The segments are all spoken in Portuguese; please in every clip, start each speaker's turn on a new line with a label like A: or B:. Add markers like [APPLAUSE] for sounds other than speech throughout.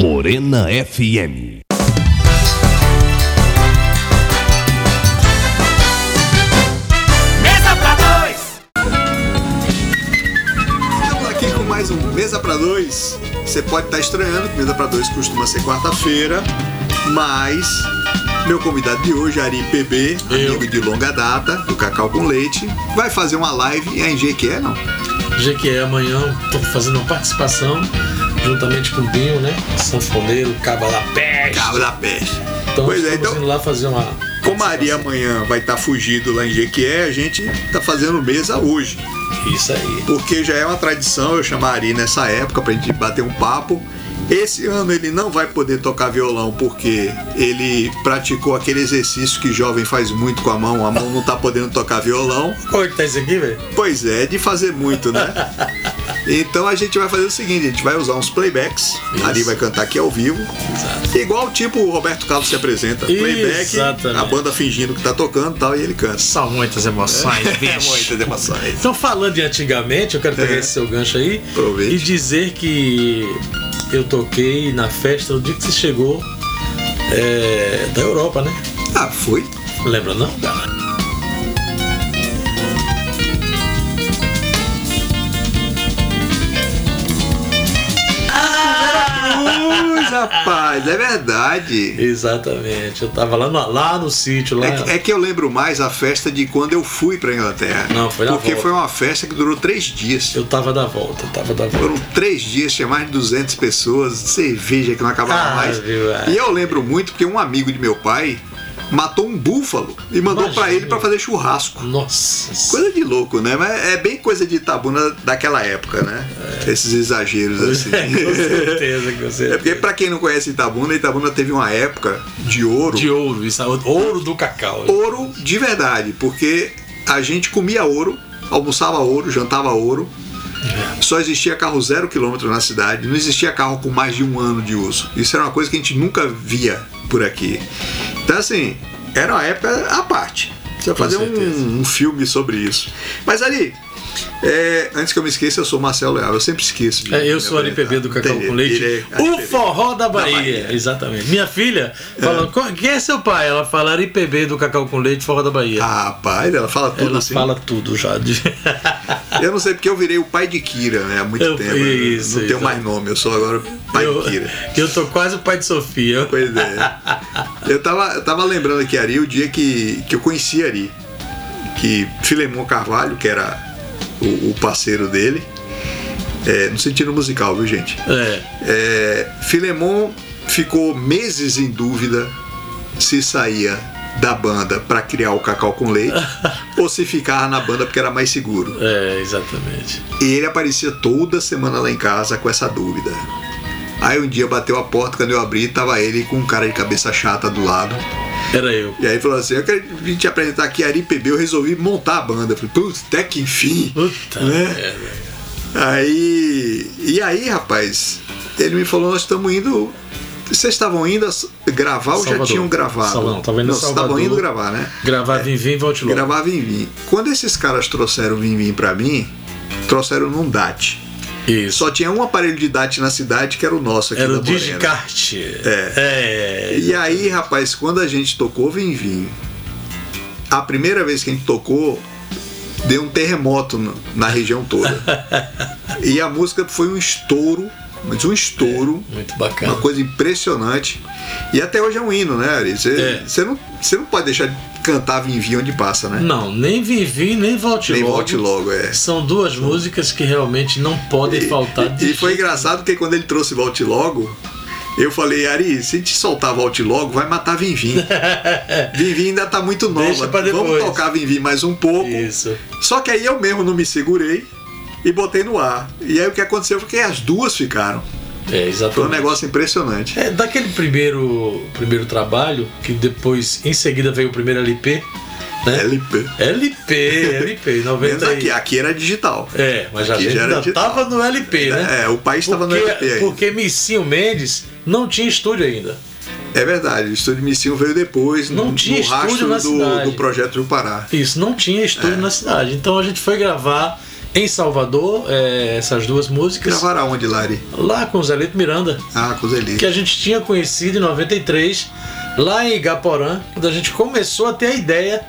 A: Morena FM.
B: Mesa pra dois!
C: Estamos aqui com mais um Mesa pra Dois. Você pode estar estranhando que Mesa pra Dois costuma ser quarta-feira, mas meu convidado de hoje, Ari PB, amigo de longa data, do Cacau com Leite, vai fazer uma live em ANG que é, não?
D: GQE é amanhã, tô fazendo uma participação juntamente com o Binho, né? Sanfoneiro, Cabalapé.
C: Cabo da peste.
D: Então
C: pois é,
D: estamos
C: então,
D: indo lá fazer uma.
C: como a Ari amanhã vai estar fugido lá em Jequié, a gente tá fazendo mesa hoje.
D: Isso aí.
C: porque já é uma tradição eu chamar Ari nessa época pra gente bater um papo. Esse ano ele não vai poder tocar violão porque ele praticou aquele exercício que jovem faz muito com a mão, a mão não tá podendo tocar violão.
D: Como é que tá isso aqui, velho?
C: Pois é, de fazer muito,
D: [LAUGHS]
C: né? Então a gente vai fazer o seguinte, a gente vai usar uns playbacks,
D: Isso.
C: Ari vai cantar aqui ao vivo.
D: Exato.
C: Igual tipo o Roberto Carlos se apresenta, playback,
D: Exatamente.
C: a banda fingindo que tá tocando e tal, e ele canta.
D: São muitas emoções,
C: É muitas emoções.
D: [LAUGHS] Então, falando de antigamente, eu quero pegar
C: É.
D: esse seu gancho aí
C: Aproveite.
D: e dizer que eu toquei na festa do dia que você chegou é, da Europa, né?
C: Ah, foi?
D: Lembra, não? cara?
C: Pois, rapaz, é verdade.
D: Exatamente. Eu tava lá no, lá no sítio, lá.
C: É que, é que eu lembro mais a festa de quando eu fui pra Inglaterra.
D: Não, foi na
C: Porque
D: volta.
C: foi uma festa que durou três dias.
D: Eu tava da volta, eu tava da volta.
C: Foram três dias, tinha mais de 200 pessoas, cerveja que não acabava
D: Ah,
C: mais.
D: viu, é.
C: E eu lembro muito porque um amigo de meu pai matou um búfalo e mandou pra
D: Imagina.
C: ele pra fazer churrasco.
D: Nossa.
C: Coisa de louco, né? Mas é bem coisa de tabuna daquela época, né? Esses exageros assim.
D: É, com certeza, com certeza.
C: [LAUGHS] É porque pra quem não conhece Itabuna, Itabuna teve uma época de ouro
D: De ouro, isso é ouro do cacau.
C: ouro de verdade, porque a gente comia ouro, almoçava ouro, jantava ouro. Só existia carro zero quilômetro na cidade, não existia carro com mais de um ano de uso. Isso era uma coisa que a gente nunca via por aqui. Então, assim, era uma época à parte. Precisa fazer
D: certeza.
C: um, um filme sobre isso. Mas ali, é, antes que eu me esqueça, eu sou Marcelo Leal, eu sempre esqueço. de
D: É, eu
C: me
D: sou a LPB do Cacau
C: Entendi,
D: com Leite.
C: virei
D: o
C: LPB.
D: forró da Bahia.
C: Bahia.
D: Exatamente. Minha filha fala, "Qual- quem é seu pai? Ela fala LPB do Cacau com Leite, forró da Bahia.
C: Ah, rapaz, ela fala tudo
D: Ela
C: assim.
D: fala tudo
C: [LAUGHS]
D: já. de-
C: Eu não sei porque eu virei o pai de Kira, né? Há muito
D: Eu-
C: tempo.
D: isso,
C: eu não tenho
D: isso.
C: mais nome, eu sou agora o pai
D: eu,
C: de Kira.
D: eu tô quase o pai de Sofia.
C: Pois é. Eu tava, eu tava lembrando aqui, Ari, o dia que, que eu conheci Ari. Que Filemon Carvalho, que era o, o parceiro dele, é, no sentido musical, viu, gente?
D: É.
C: É, Filemon ficou meses em dúvida se saía da banda pra criar o Cacau com
D: [LAUGHS]
C: Leite ou se ficava na banda porque era mais seguro.
D: É, exatamente.
C: E ele aparecia toda semana lá em casa com essa dúvida. Aí um dia bateu a porta, quando eu abri, tava ele com um cara de cabeça chata do lado.
D: Era eu.
C: E aí falou assim: Eu quero vir te apresentar aqui Ari PB. Eu resolvi montar a banda. Eu falei, putz, até que enfim.
D: Puta
C: Né?
D: merda.
C: Aí. E aí, rapaz, ele me falou: Nós estamos indo. Vocês estavam indo a- gravar ou já
D: Salvador.
C: tinham gravado?
D: Salvador, tava indo a
C: Não, vocês estavam
D: Salvador.
C: indo gravar, né?
D: Gravar Vim Vim Volte Logo.
C: Gravar Vim Vim. Quando esses caras trouxeram Vim Vim pra mim, trouxeram num DAT.
D: Isso.
C: Só tinha um aparelho de DAT na cidade que era o nosso aqui
D: Era
C: da
D: o
C: Morena.
D: Digicart. É.
C: E aí, rapaz, quando a gente tocou Vim Vim, a primeira vez que a gente tocou, deu um terremoto no- na região
D: [LAUGHS]
C: toda. e a música foi um estouro, mas um estouro.
D: Muito
C: Uma
D: bacana.
C: coisa impressionante. E até hoje é um hino, né, Ari? Você
D: É.
C: você não, você não pode deixar de cantar Vim Vim onde passa, né?
D: Não, nem Vivi, nem Volte
C: Nem
D: Logo.
C: volte logo, é.
D: São duas músicas que realmente não podem faltar
C: E,
D: de
C: e foi engraçado porque quando ele trouxe Volte Logo, eu falei, Ari, se te soltar Volte Logo, vai matar
D: [LAUGHS]
C: Vinvin. Vinvin ainda tá muito nova.
D: Deixa pra
C: Vamos
D: depois.
C: tocar Vinvin mais um pouco.
D: Isso.
C: Só que aí eu mesmo não me segurei e botei no ar. E aí o que aconteceu foi que as duas ficaram.
D: É,
C: Foi um
D: exatamente.
C: negócio impressionante.
D: É, daquele primeiro, primeiro trabalho, que depois, em seguida, veio o primeiro LP. Né?
C: LP.
D: LP,
C: [LAUGHS]
D: LP,
C: Menos
D: 90
C: aqui.
D: aí.
C: Aqui era digital.
D: É, mas a
C: Aqui
D: gente
C: já era
D: ainda
C: digital.
D: tava no LP, né?
C: É, o país estava no
D: Porque-
C: LP ainda.
D: Porque Missinho Mendes não tinha estúdio ainda.
C: É verdade, o estúdio Missinho veio depois,
D: Não
C: no,
D: tinha
C: no
D: estúdio
C: rastro
D: na
C: do,
D: cidade.
C: do projeto do Pará. É.
D: Isso, não tinha estúdio na cidade. Então a gente foi gravar em Salvador, é, essas duas músicas,
C: Gravaram onde, Lari?
D: lá com o Zé Lito Miranda,
C: Ah, com o Zeli.
D: que a gente tinha conhecido em 93, lá em Igaporã, quando a gente começou a ter a ideia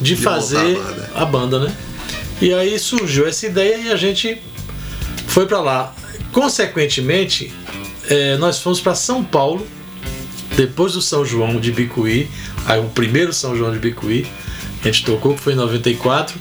D: de,
C: De
D: fazer
C: montar a banda. é.
D: a banda, né? E aí surgiu essa ideia e a gente foi pra lá. Consequentemente, eh, nós fomos pra São Paulo, depois do São João de Bicuí, aí o primeiro São João de Bicuí, a gente tocou, que foi em 94.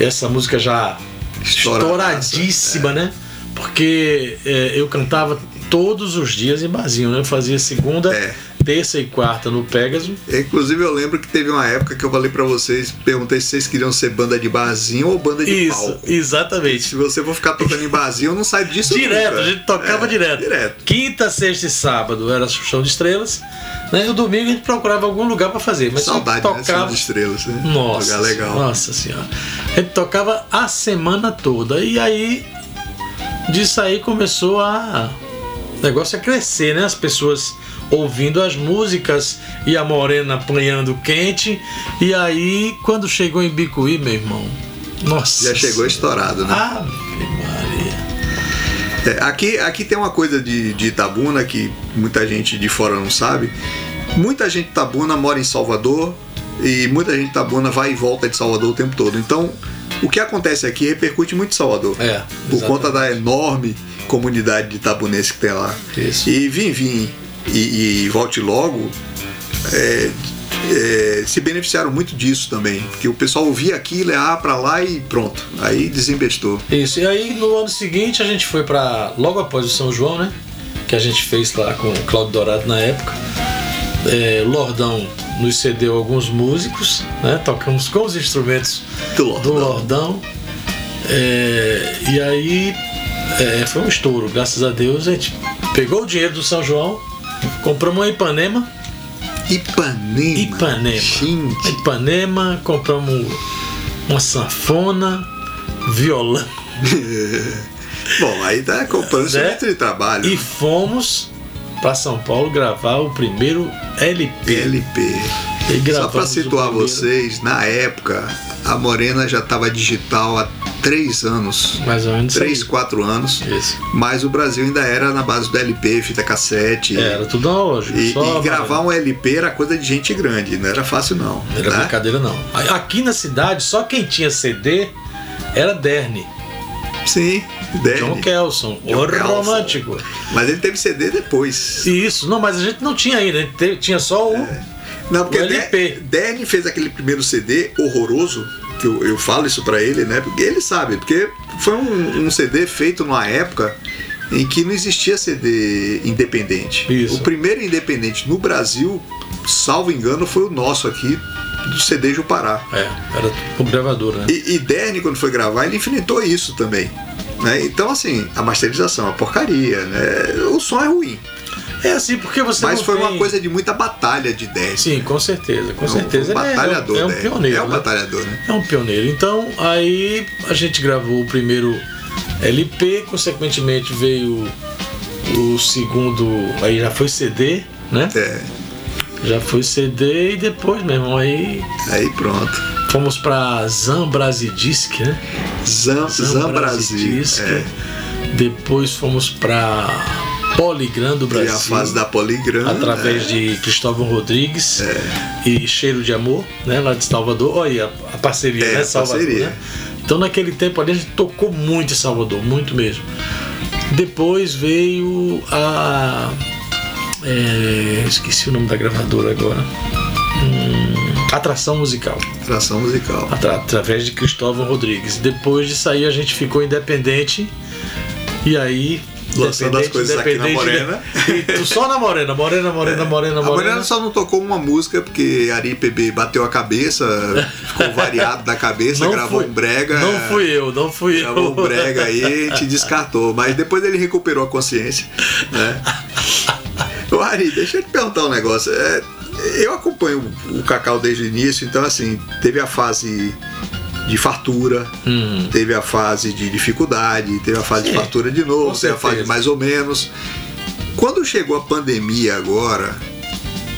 D: Essa música já
C: Estouradaça,
D: estouradíssima, né? Porque eh, eu cantava todos os dias em barzinho, né? Eu fazia segunda,
C: É.
D: terça e quarta no Pegasus.
C: Inclusive eu lembro que teve uma época que eu falei pra vocês, perguntei se vocês queriam ser banda de barzinho ou banda de
D: Isso,
C: palco.
D: exatamente.
C: Se você for ficar tocando em barzinho, eu não saio disso
D: Direto,
C: nunca.
D: a gente tocava
C: É,
D: direto.
C: Direto.
D: Quinta, sexta e sábado era show de estrelas. Né? E o domingo a gente procurava algum lugar pra fazer. Mas
C: Saudade,
D: a gente
C: né? Cinco
D: tocava.
C: de estrelas, né?
D: Nossa,
C: Lugar legal.
D: nossa senhora. A gente tocava a semana toda. E aí, disso aí começou a. O negócio a crescer, né? As pessoas ouvindo as músicas e a morena apanhando quente. E aí, quando chegou em Bicuí, meu irmão. Nossa.
C: Já chegou
D: senhora.
C: estourado, né?
D: Ave Maria.
C: É, aqui, aqui tem uma coisa de, de Itabuna que muita gente de fora não sabe. Muita gente de Itabuna mora em Salvador e muita gente de Itabuna vai e volta de Salvador o tempo todo. Então, o que acontece aqui repercute muito em Salvador.
D: É,
C: por
D: exatamente.
C: conta da enorme comunidade de itabunense que tem lá.
D: Isso.
C: E Vim Vim e, e Volte Logo é, é, se beneficiaram muito disso também. Porque o pessoal ouvia aquilo, é, ah, pra lá e pronto. Aí desembestou.
D: Isso, e aí no ano seguinte a gente foi pra. logo após o São João, né? Que a gente fez lá com o Cláudio Dourado na época. É, Lordão nos cedeu alguns músicos, né? Tocamos com os instrumentos
C: Do Lordão.
D: do Lordão. É, e aí é, foi um estouro, graças a Deus. A gente pegou o dinheiro do São João, compramos uma Ipanema,
C: Ipanema.
D: Ipanema.
C: Gente.
D: Ipanema, compramos uma sanfona, violão.
C: Bom, aí tá comprando
D: Né?
C: instrumento de trabalho.
D: E fomos pra São Paulo gravar o primeiro LP.
C: PLP.
D: E
C: né? É, Só
D: gravamos
C: pra
D: o
C: situar
D: primeiro.
C: vocês, na época, a Morena já tava digital há três anos.
D: Mais ou menos.
C: Três,
D: isso
C: quatro anos.
D: aí. Isso.
C: Mas o Brasil ainda era na base do LP, fita cassete.
D: É, Era tudo analógico.
C: E,
D: só
C: e gravar um LP era coisa de gente grande, não era fácil não.
D: Não era
C: né?
D: brincadeira, não. A- Aqui na cidade, só quem tinha CD era Derne.
C: Sim,
D: John
C: dele.
D: Kelson.
C: John
D: o
C: Kelson.
D: romântico.
C: Mas ele teve CD depois.
D: E isso, não, mas a gente não tinha ainda. A gente te- tinha só um. o.
C: É. Não, porque
D: O LP.
C: Der- Derne fez aquele primeiro CD horroroso, que eu, eu falo isso pra ele, né? Porque ele sabe, porque foi um, um CD feito numa época em que não existia CD independente.
D: Isso.
C: O primeiro independente no Brasil, salvo engano, foi o nosso aqui, do CD Jupará.
D: É, era com gravadora, né?
C: E, e Derne, quando foi gravar, ele enfrentou isso também. né? Então, assim, a masterização é uma porcaria, né? O som é ruim.
D: É assim, porque você.
C: Mas
D: não
C: foi uma
D: tem-
C: coisa de muita batalha de Derne.
D: Sim, com certeza, com
C: É um-
D: certeza.
C: Um
D: Ele é-
C: batalhador,
D: é, um
C: né?
D: pioneiro.
C: É um
D: né?
C: batalhador, né?
D: É um pioneiro. Então, aí a gente gravou o primeiro LP, consequentemente veio o segundo, aí já foi CD, né?
C: É.
D: Já foi CD e depois, meu irmão, aí
C: Aí pronto.
D: fomos pra Zambrasidisc, né?
C: Zam, Zam Brasil.
D: Zambrasidisc.
C: É.
D: Depois fomos pra Poligram do
C: E
D: Brasil.
C: é a fase da Poligrama.
D: através
C: né? É.
D: de Cristóvão Rodrigues e Cheiro de Amor, né, lá de Salvador. Olha aí a, a parceria,
C: É,
D: né,
C: a
D: Salvador,
C: parceria.
D: né? Então naquele tempo ali a gente tocou muito em Salvador, muito mesmo. Depois veio a é, esqueci o nome da gravadora agora. Hum, atração musical
C: Tração musical.
D: atra- através de Cristóvão Rodrigues. Depois disso aí a gente ficou independente e aí
C: Lançando
D: independente,
C: as coisas aqui na
D: independente,
C: Morena. É.
D: né? E tu só na Morena, Morena, Morena, Morena,
C: A Morena
D: Morena.
C: só não tocou uma música porque Ari PB bateu a cabeça,
D: [LAUGHS]
C: ficou variado da cabeça, gravou
D: fui-
C: um brega.
D: Não fui eu, não fui
C: Gravou
D: eu.
C: um brega aí e te descartou. Mas depois ele recuperou a consciência, né? Ô, Ari, deixa eu te perguntar um negócio. É, eu acompanho o Cacau desde o início, então assim, teve a fase de fartura,
D: [LAUGHS] Hum,
C: teve a fase de dificuldade, teve a fase de
D: Sim,
C: fartura de novo,
D: com
C: teve a fase de
D: certeza.
C: mais ou menos. Quando chegou a pandemia agora,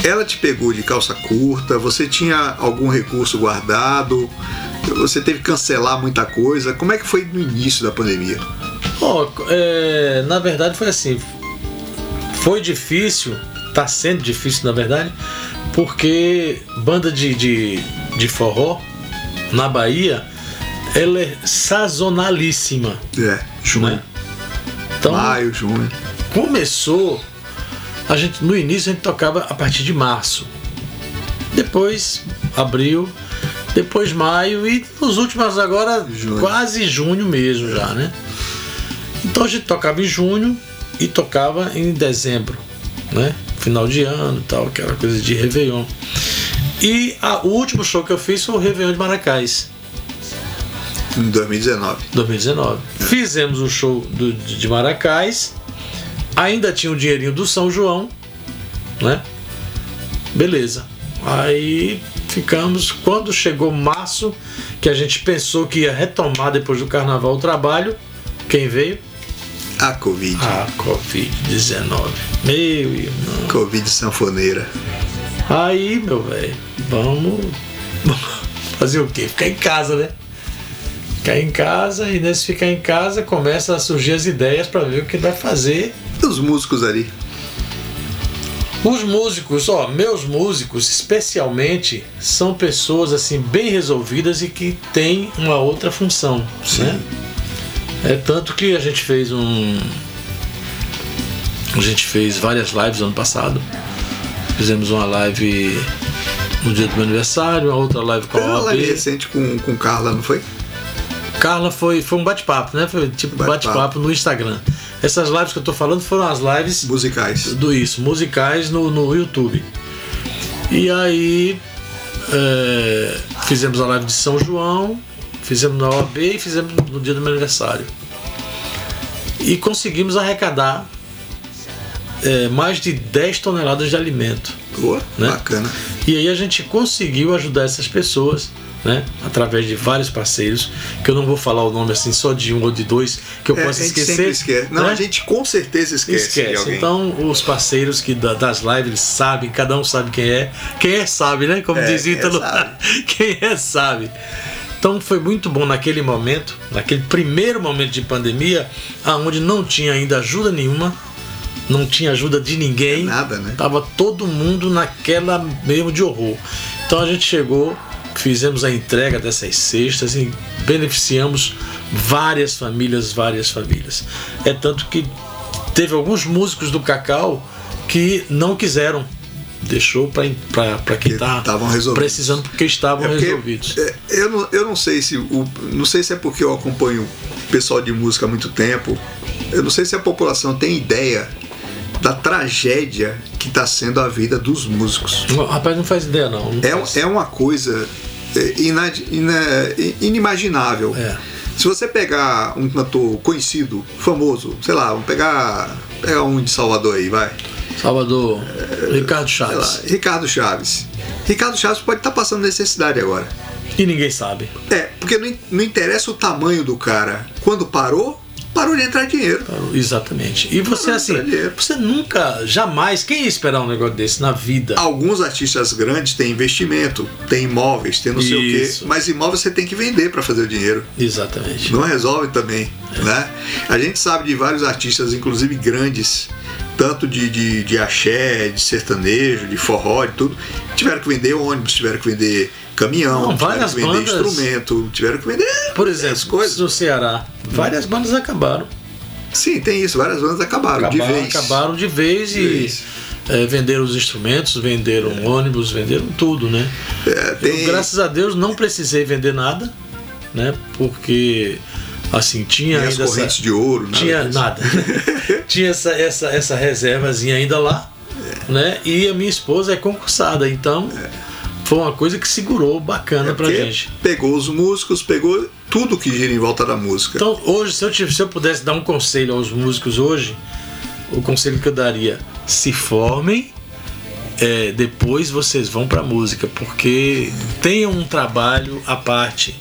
C: ela te pegou de calça curta, você tinha algum recurso guardado, Você teve que cancelar muita coisa. Como é que foi no início da pandemia?
D: Ó, é, na verdade foi assim. Foi difícil, tá sendo difícil na verdade, porque banda de, de, de forró na Bahia, ela é sazonalíssima.
C: É, junho.
D: Né? Então
C: Maio, junho.
D: começou, a gente no início a gente tocava a partir de março. Depois abril, depois maio e nos últimos agora
C: Junho.
D: quase junho mesmo já, né? Então a gente tocava em junho e tocava em dezembro, né? Final de ano e tal, aquela coisa de Réveillon. E a- o último show que eu fiz foi o Réveillon de Maracás.
C: Em 2019.
D: 2019. Fizemos o show do- de de Maracás, ainda tinha o dinheirinho do São João, né? Beleza. Aí ficamos. Quando chegou março, que a gente pensou que ia retomar depois do carnaval o trabalho, quem veio?
C: A Covid.
D: A Covid-19. Meu irmão.
C: Covid sanfoneira.
D: Aí, meu velho, vamos fazer o quê? Ficar em casa, né? Ficar em casa e nesse ficar em casa começa a surgir as ideias para ver o que vai fazer.
C: E os músicos ali?
D: Os músicos, ó, meus músicos especialmente são pessoas assim bem resolvidas e que têm uma outra função,
C: Sim.
D: né? É tanto que a gente fez um. A gente fez várias lives ano passado. Fizemos uma live no dia do meu aniversário, uma outra live com a
C: Ela
D: OAB.
C: live recente com, com Carla, não foi?
D: Carla foi, foi um bate-papo, né? Foi tipo
C: Bate-papo.
D: bate-papo no Instagram. Essas lives que eu tô falando foram as lives
C: Musicais.
D: do isso, musicais no, no YouTube. E aí é, fizemos a live de São João, fizemos na OAB e fizemos no dia do meu aniversário. E conseguimos arrecadar é, mais de 10 toneladas de alimento.
C: Boa,
D: Né?
C: bacana.
D: E aí a gente conseguiu ajudar essas pessoas, né? Através de vários parceiros, que eu não vou falar o nome assim só de um ou de dois, que eu
C: É, a
D: posso
C: gente
D: esquecer.
C: sempre esquece. Não,
D: né?
C: a gente com certeza esquece, de
D: Esquece.
C: alguém.
D: Então, os parceiros que da- das lives eles sabem, cada um sabe quem é. Quem é, sabe, né? Como
C: É,
D: diz
C: quem é,
D: Ítalo.
C: sabe.
D: [LAUGHS] quem é, sabe. Então, foi muito bom naquele momento, naquele primeiro momento de pandemia, aonde não tinha ainda ajuda nenhuma, não tinha ajuda de ninguém.
C: Nada, né?
D: Tava todo mundo naquela mesmo de horror. Então a gente chegou, fizemos a entrega dessas cestas e beneficiamos várias famílias, várias famílias. É tanto que teve alguns músicos do Cacau que não quiseram. Deixou para quem
C: Que
D: tá
C: estavam resolvidos.
D: precisando porque estavam
C: É porque,
D: resolvidos.
C: é, eu, não, eu não sei se o, não sei se é porque eu acompanho pessoal de música há muito tempo. Eu não sei se a população tem ideia da tragédia que está sendo a vida dos músicos.
D: Não, Rapaz, não faz ideia não. não
C: É, um-
D: faz.
C: é uma coisa é, ina- ina- inimaginável.
D: É.
C: Se você pegar um cantor conhecido, famoso, sei lá, vamos pegar, pegar um de Salvador aí, vai.
D: Salvador, Ricardo
C: Sei lá,
D: Chaves.
C: Ricardo Chaves. Ricardo Chaves pode estar passando necessidade agora.
D: E ninguém sabe.
C: É, porque não, in- não interessa o tamanho do cara. Quando parou, parou de entrar dinheiro.
D: É. Exatamente. E você
C: Ah,
D: assim,
C: entendi.
D: você nunca, jamais, quem ia esperar um negócio desse na vida?
C: Alguns artistas grandes têm investimento, têm imóveis, têm não sei o
D: Isso.
C: quê, mas imóveis você tem que vender para fazer o dinheiro.
D: Exatamente.
C: Não resolve também, né? A gente sabe de vários artistas, inclusive grandes, tanto de, de, de axé, de sertanejo, de forró, de tudo, tiveram que vender ônibus, tiveram que vender caminhão,
D: Não,
C: tiveram
D: várias
C: que vender
D: bandas-
C: instrumento, tiveram que vender.
D: Por
C: as
D: exemplo,
C: coisas.
D: no Ceará, várias bandas acabaram.
C: Sim, tem isso, várias bandas acabaram, de
D: Acabaram,
C: vez.
D: acabaram de vez
C: De
D: e
C: vez.
D: eh, venderam os instrumentos, venderam ônibus, venderam tudo, né?
C: É, tem...
D: Eu, graças a Deus não precisei vender nada, né? Porque assim tinha
C: Tem as
D: ainda essa-
C: correntes de ouro, né? nada
D: tinha
C: disso.
D: nada. [LAUGHS] tinha essa, essa, essa reservazinha ainda lá, né? E a minha esposa é concursada, então foi uma coisa que segurou bacana pra
C: É. Porque
D: gente.
C: Pegou os músicos, pegou tudo que gira em volta da música.
D: Então, hoje, se eu, tive- se eu pudesse dar um conselho aos músicos hoje, o conselho que eu daria: se formem, é, depois vocês vão pra música, porque tenham um trabalho à parte,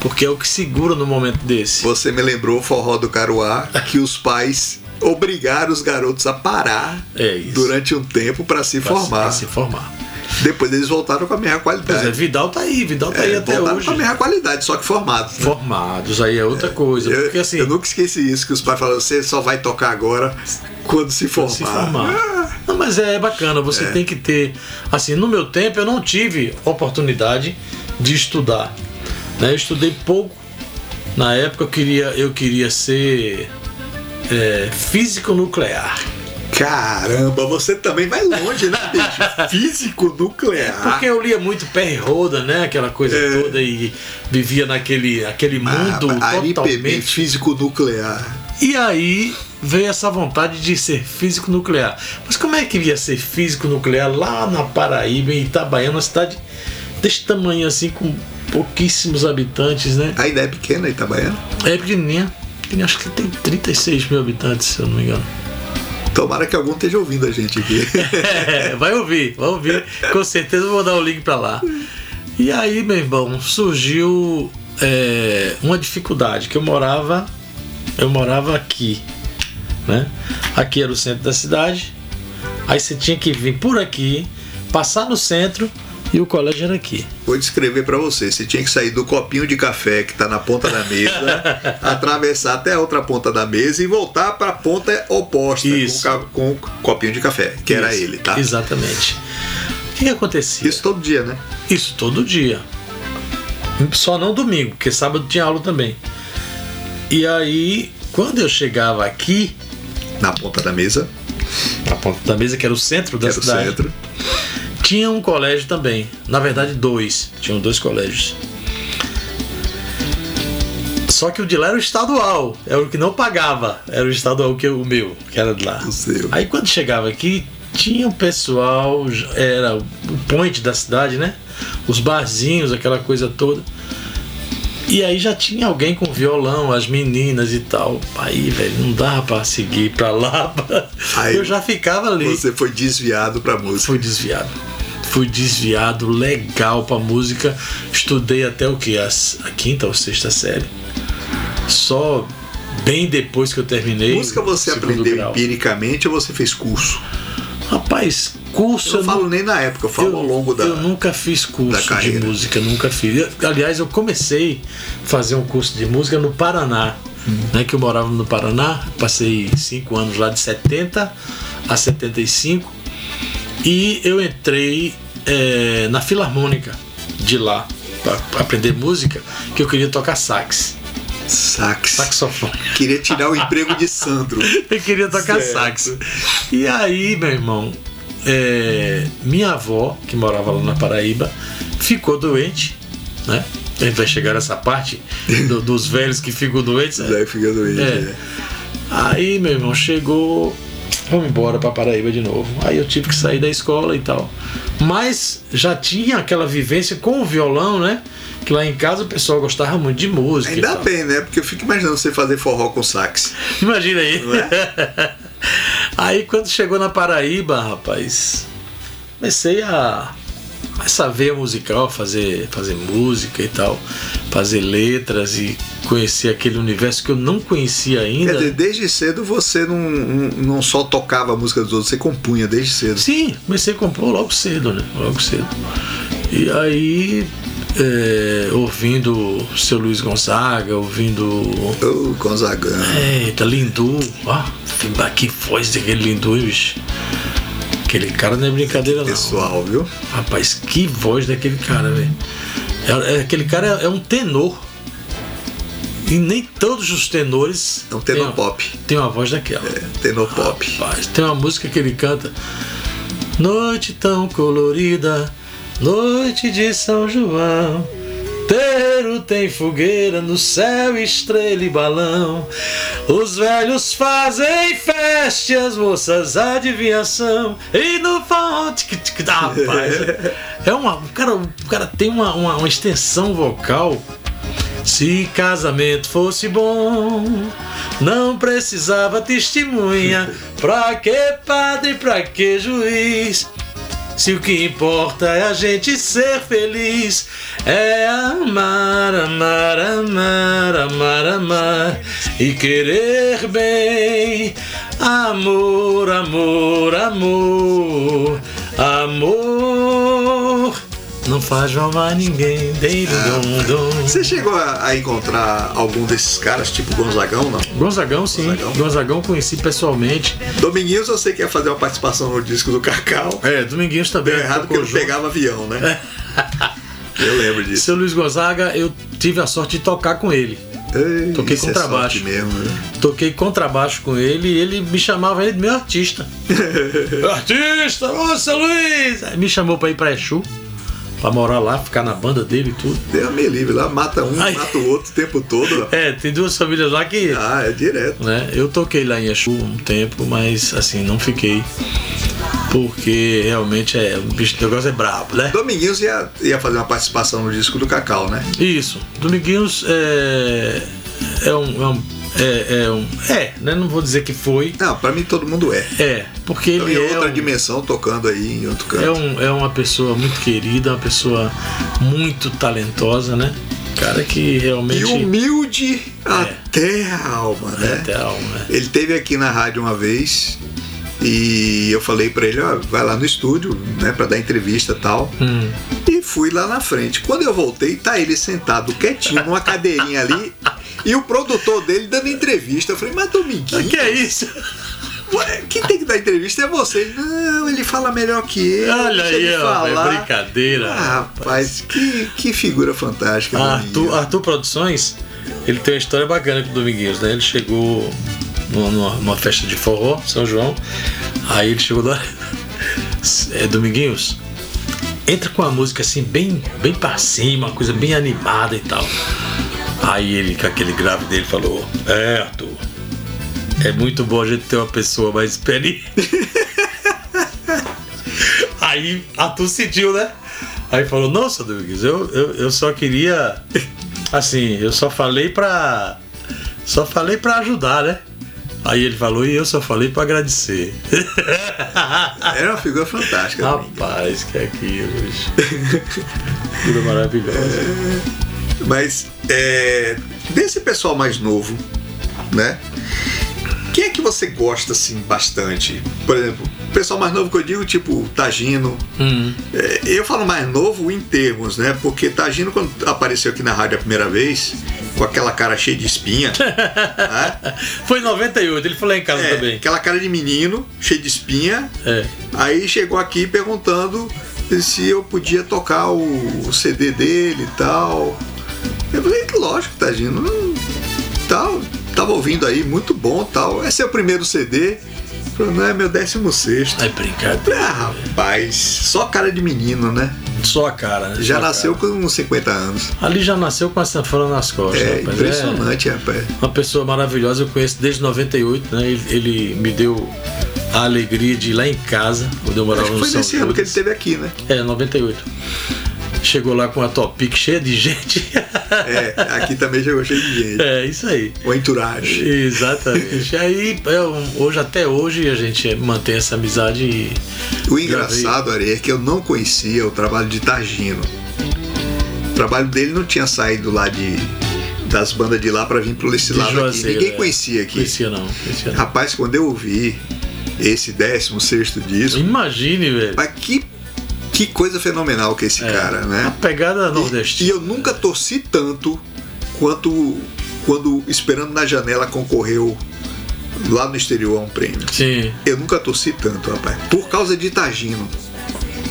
D: porque é o que segura no momento desse.
C: Você me lembrou o forró do Caruá, que os pais obrigaram os garotos a parar
D: É isso.
C: durante um tempo para se
D: Pra se-
C: formar.
D: pra se formar.
C: Depois eles voltaram com a mesma
D: Pois é,
C: qualidade.
D: Vidal tá aí, Vidal tá aí
C: É,
D: até
C: voltaram
D: hoje.
C: com a mesma qualidade, só que formado.
D: Formados, aí é outra coisa.
C: Eu,
D: porque assim,
C: eu nunca esqueci isso, que os pais falaram, você só vai tocar agora quando se formar.
D: se formar. Não, mas é bacana, você tem que ter. Assim, no meu tempo eu não tive oportunidade de estudar. né? Eu estudei pouco. Na época eu queria, eu queria ser é, físico nuclear.
C: Caramba, você também vai longe, né,
D: [LAUGHS]
C: bicho? É, Físico nuclear.
D: Porque eu lia muito Perry Roda, né? Aquela coisa
C: É. Ah,
D: toda e vivia naquele aquele mundo
C: Ari PB,
D: totalmente.
C: físico nuclear.
D: E aí veio essa vontade de ser físico nuclear. Mas como é que ia ser físico nuclear lá na Paraíba, em Itabaiana, uma cidade desse tamanho assim, com pouquíssimos habitantes, né?
C: Ainda é pequena Itabaiana?
D: É pequenininha. Tem, acho que tem 36 mil habitantes, se eu não me engano.
C: Tomara que algum esteja ouvindo a gente aqui.
D: [LAUGHS] É, vai ouvir, vai ouvir. Com certeza eu vou dar o link pra lá. E aí, meu irmão, surgiu é, uma dificuldade, que eu morava. Eu morava aqui. Né? Aqui era o centro da cidade. Aí você tinha que vir por aqui, passar no centro e o colégio era aqui.
C: Vou descrever pra você. Você tinha que sair do copinho de café que tá na ponta da
D: [LAUGHS]
C: mesa, atravessar até a outra ponta da mesa e voltar pra ponta oposta
D: Isso.
C: Com, o ca- com o copinho de café, que era
D: Isso,
C: ele, tá?
D: Exatamente. O que, que acontecia?
C: Isso todo dia, né?
D: Isso todo dia. Só não domingo, porque sábado tinha aula também. E aí, quando eu chegava aqui,
C: Na ponta da mesa,
D: na ponta da mesa, que era o centro da
C: que era o
D: cidade,
C: centro.
D: tinha um colégio também. Na verdade, dois. Tinham dois colégios. Só que o de lá era o estadual, era o que não pagava, era o estadual que eu- o meu, que era de lá.
C: O seu.
D: Aí quando chegava aqui, tinha o pessoal, era o point da cidade, né? Os barzinhos, aquela coisa toda. E aí já tinha alguém com violão, as meninas e tal. Aí, velho, não dava pra seguir pra lá. pra-
C: Aí
D: eu já ficava ali.
C: Você foi desviado pra música.
D: Fui desviado. Fui desviado legal pra música. Estudei até o que? A, s- a quinta ou sexta série. Só bem depois que eu terminei.
C: Música você
D: o segundo
C: aprendeu
D: grau.
C: empiricamente ou você fez curso?
D: Rapaz, curso
C: Eu não falo nem na época, eu falo ao longo da.
D: eu nunca fiz curso de
C: carreira.
D: música, nunca fiz. Eu- Aliás, eu comecei a fazer um curso de música no Paraná,
C: Uhum.
D: né, que eu morava no Paraná, passei cinco anos lá de 70 a 75 e eu entrei eh, na Filarmônica de lá para aprender música, que eu queria tocar sax,
C: Sax.
D: saxofone.
C: Queria tirar o emprego de Sandro.
D: Eu queria tocar
C: Certo.
D: sax. E aí, meu irmão, é, minha avó, que morava lá na Paraíba, ficou doente, né? A gente vai chegar nessa parte do- dos velhos que ficam doentes. né?
C: Daí fica doente.
D: [LAUGHS] É.
C: né?
D: Aí, meu irmão, chegou. Vamos embora pra Paraíba de novo. Aí eu tive que sair da escola e tal. Mas já tinha aquela vivência com o violão, né? Que lá em casa o pessoal gostava muito de música. e
C: Ainda
D: tal.
C: bem, né? Porque eu fico imaginando você fazer forró com sax.
D: Imagina aí.
C: Não é?
D: [LAUGHS] Aí quando chegou na Paraíba, rapaz, comecei a essa veia musical, fazer, fazer música e tal, fazer letras e conhecer aquele universo que eu não conhecia ainda.
C: Quer dizer, desde cedo você não, não, não só tocava a música dos outros, você compunha desde cedo.
D: Sim, comecei a compor logo cedo, né? Logo cedo. E aí, é, ouvindo o seu Luiz Gonzaga, ouvindo
C: Ô, Gonzagão.
D: Eita, Lindu. Ó, que voz daquele Lindu, hein, bicho. Aquele cara não é brincadeira, não.
C: Pessoal, viu?
D: Rapaz, que voz daquele cara, velho. É- é- aquele cara é, é um tenor. E nem todos os tenores.
C: É um tenor
D: têm a-
C: pop.
D: Tem uma voz daquela.
C: É, tenor pop.
D: Rapaz, tem uma música que ele canta. Noite tão colorida, noite de São João. Teiro tem fogueira no céu, estrela e balão. Os velhos fazem festa, e as moças adivinhação. E no forró. tic, tic, tic, Rapaz, é uma. O cara, o cara tem uma- uma, uma extensão vocal. Se casamento fosse bom, não precisava testemunha. Pra que padre, pra que juiz? Se o que importa é a gente ser feliz, é amar, amar, amar, amar, amar e querer bem. Amor, amor, amor, amor. faz mal a ninguém. Dei dum, dum, dum.
C: Você chegou a, a encontrar algum desses caras, tipo Gonzagão, não?
D: Gonzagão, sim.
C: Gonzagão.
D: Gonzagão, conheci pessoalmente.
C: Dominguinhos eu sei que ia fazer uma participação no disco do Cacau.
D: É, Dominguinhos também.
C: Deu errado porque
D: tocou
C: ele
D: junto.
C: pegava avião, né? Eu lembro disso.
D: Seu Luiz Gonzaga, eu tive a sorte de tocar com ele.
C: Ei,
D: [LAUGHS] Toquei
C: isso é
D: contrabaixo.
C: sorte mesmo, né?
D: Toquei contrabaixo com ele e ele me chamava ele de meu artista. [LAUGHS] artista, ô seu Luiz! Aí me chamou pra ir pra Exu, pra morar lá, ficar na banda dele e tudo.
C: Deus me livre, lá mata um,
D: Ai.
C: mata o outro o tempo todo.
D: É, tem duas famílias lá que.
C: Ah, é direto.
D: né? Eu toquei lá em Exu um tempo, mas assim, não fiquei. Porque realmente é. O bicho o negócio é brabo, né?
C: Dominguinhos ia, ia fazer uma participação no disco do Cacau, né?
D: Isso. Dominguinhos é. É um. É, um, é, é um- é, né? Não vou dizer que foi.
C: Não, pra mim todo mundo é.
D: É, porque
C: Então,
D: ele
C: em
D: é.
C: outra
D: um-
C: dimensão, tocando aí em outro canto.
D: É, um- é uma pessoa muito querida, uma pessoa muito talentosa, né? Cara que realmente
C: E humilde até a alma,
D: é
C: né?
D: até a alma. né?
C: Ele teve aqui na rádio uma vez e eu falei pra ele, ó, vai lá no estúdio, né, para dar entrevista e tal.
D: Hum.
C: E fui lá na frente. Quando eu voltei, tá ele sentado quietinho numa cadeirinha ali e o produtor dele dando entrevista. Eu falei, mas Dominguinho,
D: Que é isso?
C: ué, quem tem que dar entrevista é você. Ele, Não, ele fala melhor que eu.
D: Olha
C: deixa
D: aí,
C: ele
D: ó, é
C: falar.
D: brincadeira.
C: Ah, rapaz, que, que figura fantástica.
D: A
C: Dominguinho.
D: é Arthur, Arthur Produções, ele tem uma história bacana com o Dominguinhos, né? Ele chegou numa, numa- numa festa de forró, São João, aí ele chegou lá. [LAUGHS] É, Dominguinhos, entra com uma música assim, bem, bem pra cima, uma coisa bem animada e tal. Aí ele, com aquele grave dele, falou: É, Arthur, é muito bom a gente ter uma pessoa mais experiente. Aí Arthur sentiu, né? Aí falou, nossa, Douglas, eu, eu, eu só queria. [LAUGHS] Assim, eu só falei pra. Só falei pra ajudar, né? Aí ele falou, e eu só falei pra agradecer. [LAUGHS] ah,
C: Era uma figura fantástica. Dominguinho.
D: Rapaz, que é aquilo, bicho. [LAUGHS] Tudo maravilhoso.
C: Mas é, desse pessoal mais novo, né? Quem é que você gosta assim bastante? Por exemplo, pessoal mais novo que eu digo, tipo Tagino.
D: Hum,
C: É, eu falo mais novo em termos, né? Porque Tagino, quando apareceu aqui na rádio a primeira vez, com aquela cara cheia de
D: [LAUGHS]
C: espinha, né?
D: Foi em 98, ele foi lá em casa
C: É,
D: também.
C: aquela cara de menino, cheia de espinha,
D: É.
C: Aí chegou aqui perguntando se eu podia tocar o CD dele e tal. Eu falei, lógico, Tadinho. hum, Tal, tava ouvindo aí, muito bom tal. Esse é o primeiro CD. Falei, não, é meu 16
D: Ai, brincadeira.
C: ah, rapaz, só cara de menino, né?
D: Só a cara, né?
C: Já
D: Só a
C: nasceu
D: cara.
C: com uns 50 anos.
D: Ali já nasceu com a sanfona nas costas.
C: É
D: rapaz.
C: impressionante, rapaz.
D: Uma pessoa maravilhosa, eu conheço desde 98, né? Ele, ele me deu a alegria de ir lá em casa, quando eu morava
C: Acho que
D: no
C: foi
D: São
C: nesse ano que ele
D: Judas.
C: esteve aqui, né?
D: É, 98. Chegou lá com a Topic cheia de gente. [LAUGHS]
C: É, aqui também chegou cheio de gente.
D: é, isso aí.
C: O entourage.
D: Exatamente. Aí, é, um- hoje até hoje, a gente mantém essa amizade e.
C: O engraçado, Ari, é que eu não conhecia o trabalho de Targino. O trabalho dele não tinha saído lá de das bandas de lá pra vir pro esse
D: De
C: lado aqui.
D: Juazeiro,
C: Ninguém
D: é.
C: conhecia aqui.
D: Conhecia não, conhecia não.
C: Rapaz, quando eu ouvi esse 16 sexto disco,
D: Imagine, velho.
C: mas que, que coisa fenomenal que é esse cara,
D: A
C: né?
D: pegada
C: E,
D: nordestina.
C: e eu nunca torci tanto quanto quando Esperando na Janela concorreu lá no exterior a um prêmio.
D: Sim,
C: Eu nunca torci tanto, rapaz. Por causa de Targino.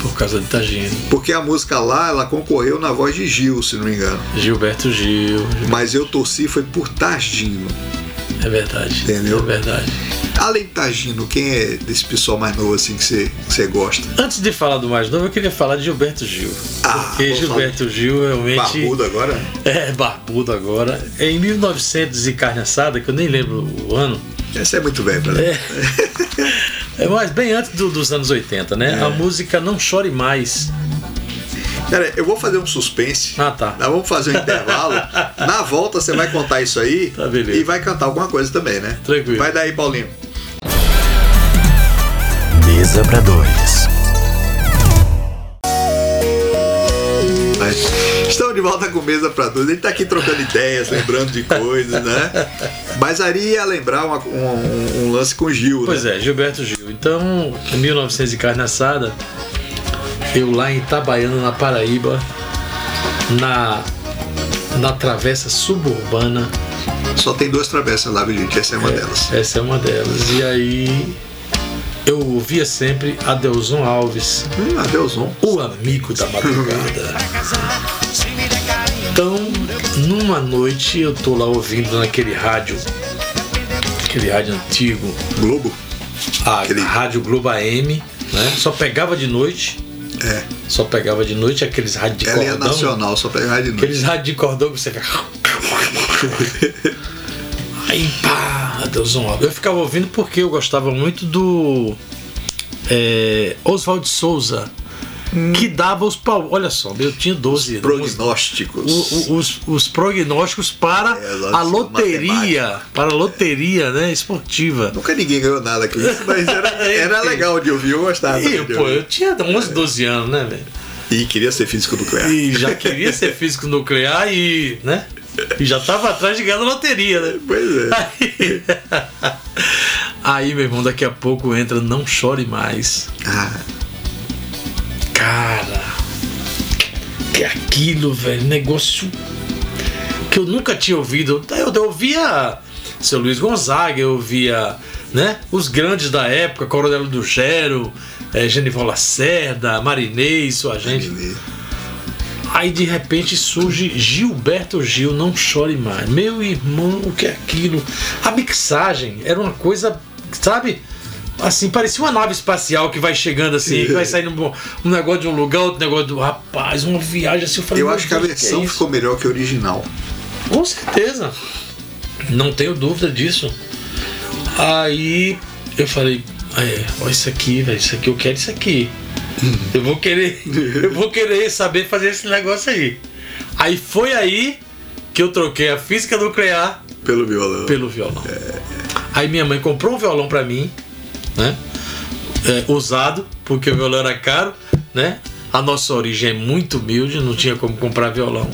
D: por causa de Tagino.
C: Porque a música lá, ela concorreu na voz de Gil, se não me engano.
D: Gilberto Gil.
C: Mas eu torci foi por Targino.
D: É verdade.
C: Entendeu?
D: É verdade.
C: Além de Targino, quem é desse pessoal mais novo assim que você que você gosta?
D: Antes de falar do mais novo, eu queria falar de Gilberto Gil.
C: Ah,
D: porque
C: vou falar
D: Gilberto Gil realmente
C: Barbudo agora?
D: [LAUGHS] é barbudo agora. Em 1900 e carne assada, que eu nem lembro o ano,
C: Essa é muito velha pra [LAUGHS] ler.
D: é mas bem antes do- dos anos 80,
C: É.
D: né? A música Não Chore Mais.
C: Cara, eu vou fazer um suspense.
D: Ah, tá.
C: Nós vamos fazer um intervalo. Na volta você vai contar isso aí
D: Tá, beleza.
C: e vai cantar alguma coisa também, né?
D: Tranquilo.
C: Vai daí, Paulinho.
B: Mesa pra dois.
C: Vai. Estamos de volta com mesa para dois. Ele tá aqui trocando ideias, lembrando de coisas, né? Mas Ari ia lembrar uma- um, um
D: é.
C: lance com o Gil, né?
D: Pois é, Gilberto Gil. Então, em 1900 e carne assada, Eu lá em Itabaiana, na Paraíba, na, na travessa suburbana.
C: Só tem duas travessas lá, viu, gente? Essa é uma delas.
D: Essa é uma delas. E aí eu ouvia sempre Adelson Alves,
C: Hum, adeus, não.
D: o amigo da madrugada. Então, numa noite eu tô lá ouvindo naquele rádio, aquele rádio antigo,
C: Globo?
D: a
C: Aquele-
D: Rádio Globo AM, né? Só pegava de noite,
C: É.
D: só pegava de noite aqueles rádios de
C: Ela é
D: cordão.
C: nacional, só pegar de noite.
D: Aqueles rádios de cordão que você fica. Aí, pá, Deus um Eu ficava ouvindo porque eu gostava muito do é, Oswald de Souza, que dava os pau. Olha só, eu tinha 12 anos.
C: Prognósticos.
D: O- o- os, os prognósticos para
C: É,
D: a
C: lógico,
D: loteria, para a loteria né, esportiva.
C: Nunca ninguém ganhou nada com isso, mas
D: [LAUGHS]
C: era, era legal de ouvir, eu gostava.
D: E,
C: de
D: É, pô,
C: ouvir.
D: eu tinha 11, 12 anos, né, velho?
C: e queria ser físico nuclear.
D: E já queria ser físico nuclear e, né? E já tava atrás de ganhar na loteria, né?
C: [LAUGHS] Pois é.
D: Aí, [LAUGHS] aí, meu irmão, daqui a pouco entra Não Chore Mais.
C: Ah,
D: Cara, que aquilo, velho, negócio que eu nunca tinha ouvido. Eu, eu ouvia seu Luiz Gonzaga, eu ouvia, né, os grandes da época, Coronel do Gero, eh, Genival Lacerda, Marinês, sua gente.
C: menino.
D: Aí de repente surge Gilberto Gil, não chore mais. Meu irmão, o que é aquilo? A mixagem era uma coisa, sabe? Assim, parecia uma nave espacial que vai chegando assim, que
C: [LAUGHS]
D: vai saindo um, um negócio de um lugar, outro negócio do rapaz, uma viagem assim. Eu, falei,
C: Eu
D: meu
C: acho que a
D: Deus,
C: versão
D: é isso?
C: ficou melhor que a original.
D: Com certeza. Não tenho dúvida disso. Aí eu falei, é, ó, isso aqui, velho, isso aqui, eu quero isso aqui. Eu vou querer, eu vou querer saber fazer esse negócio aí. Aí foi aí que eu troquei a física nuclear
C: Pelo violão.
D: pelo violão. Aí minha mãe comprou um violão pra mim, né? É, usado, porque o violão era caro, né? A nossa origem é muito humilde, não tinha como comprar violão.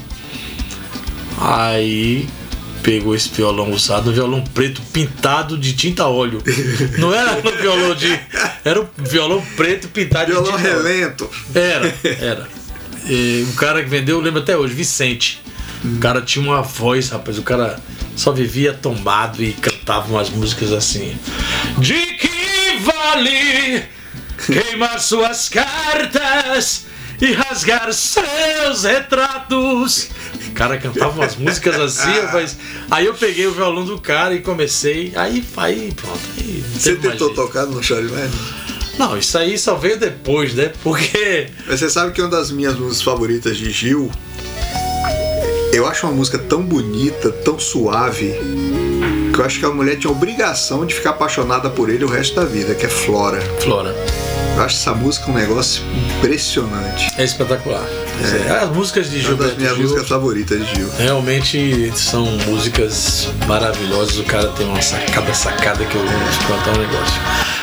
D: Aí pegou esse violão usado, um violão preto pintado de tinta a óleo. Não era um violão de. Era um violão preto pintado
C: Violão
D: de tinta a óleo.
C: relento.
D: Era, era. E o cara que vendeu, eu lembro até hoje, Vicente. O cara tinha uma voz, rapaz. O cara só vivia tombado e cantava umas músicas assim. De que vale queimar suas cartas e rasgar seus retratos? O cara cantava umas músicas assim,
C: [LAUGHS] Ah.
D: rapaz. Aí eu peguei o violão do cara e comecei. Aí, aí pronto. Aí, não
C: Você
D: teve mais
C: tentou
D: jeito.
C: tocar no Chore Mais?
D: Não, isso aí só veio depois, né? Porque.
C: Mas você sabe que uma das minhas músicas favoritas de Gil, eu acho uma música tão bonita, tão suave, que eu acho que a mulher tinha obrigação de ficar apaixonada por ele o resto da vida, que é Flora.
D: Flora.
C: Eu acho essa música um negócio impressionante.
D: É espetacular. As músicas de
C: É. Uma das
D: Gilberto
C: minhas
D: Gil
C: músicas favoritas de Gil.
D: realmente são músicas maravilhosas. O cara tem uma sacada, sacada que eu vou te contar um negócio.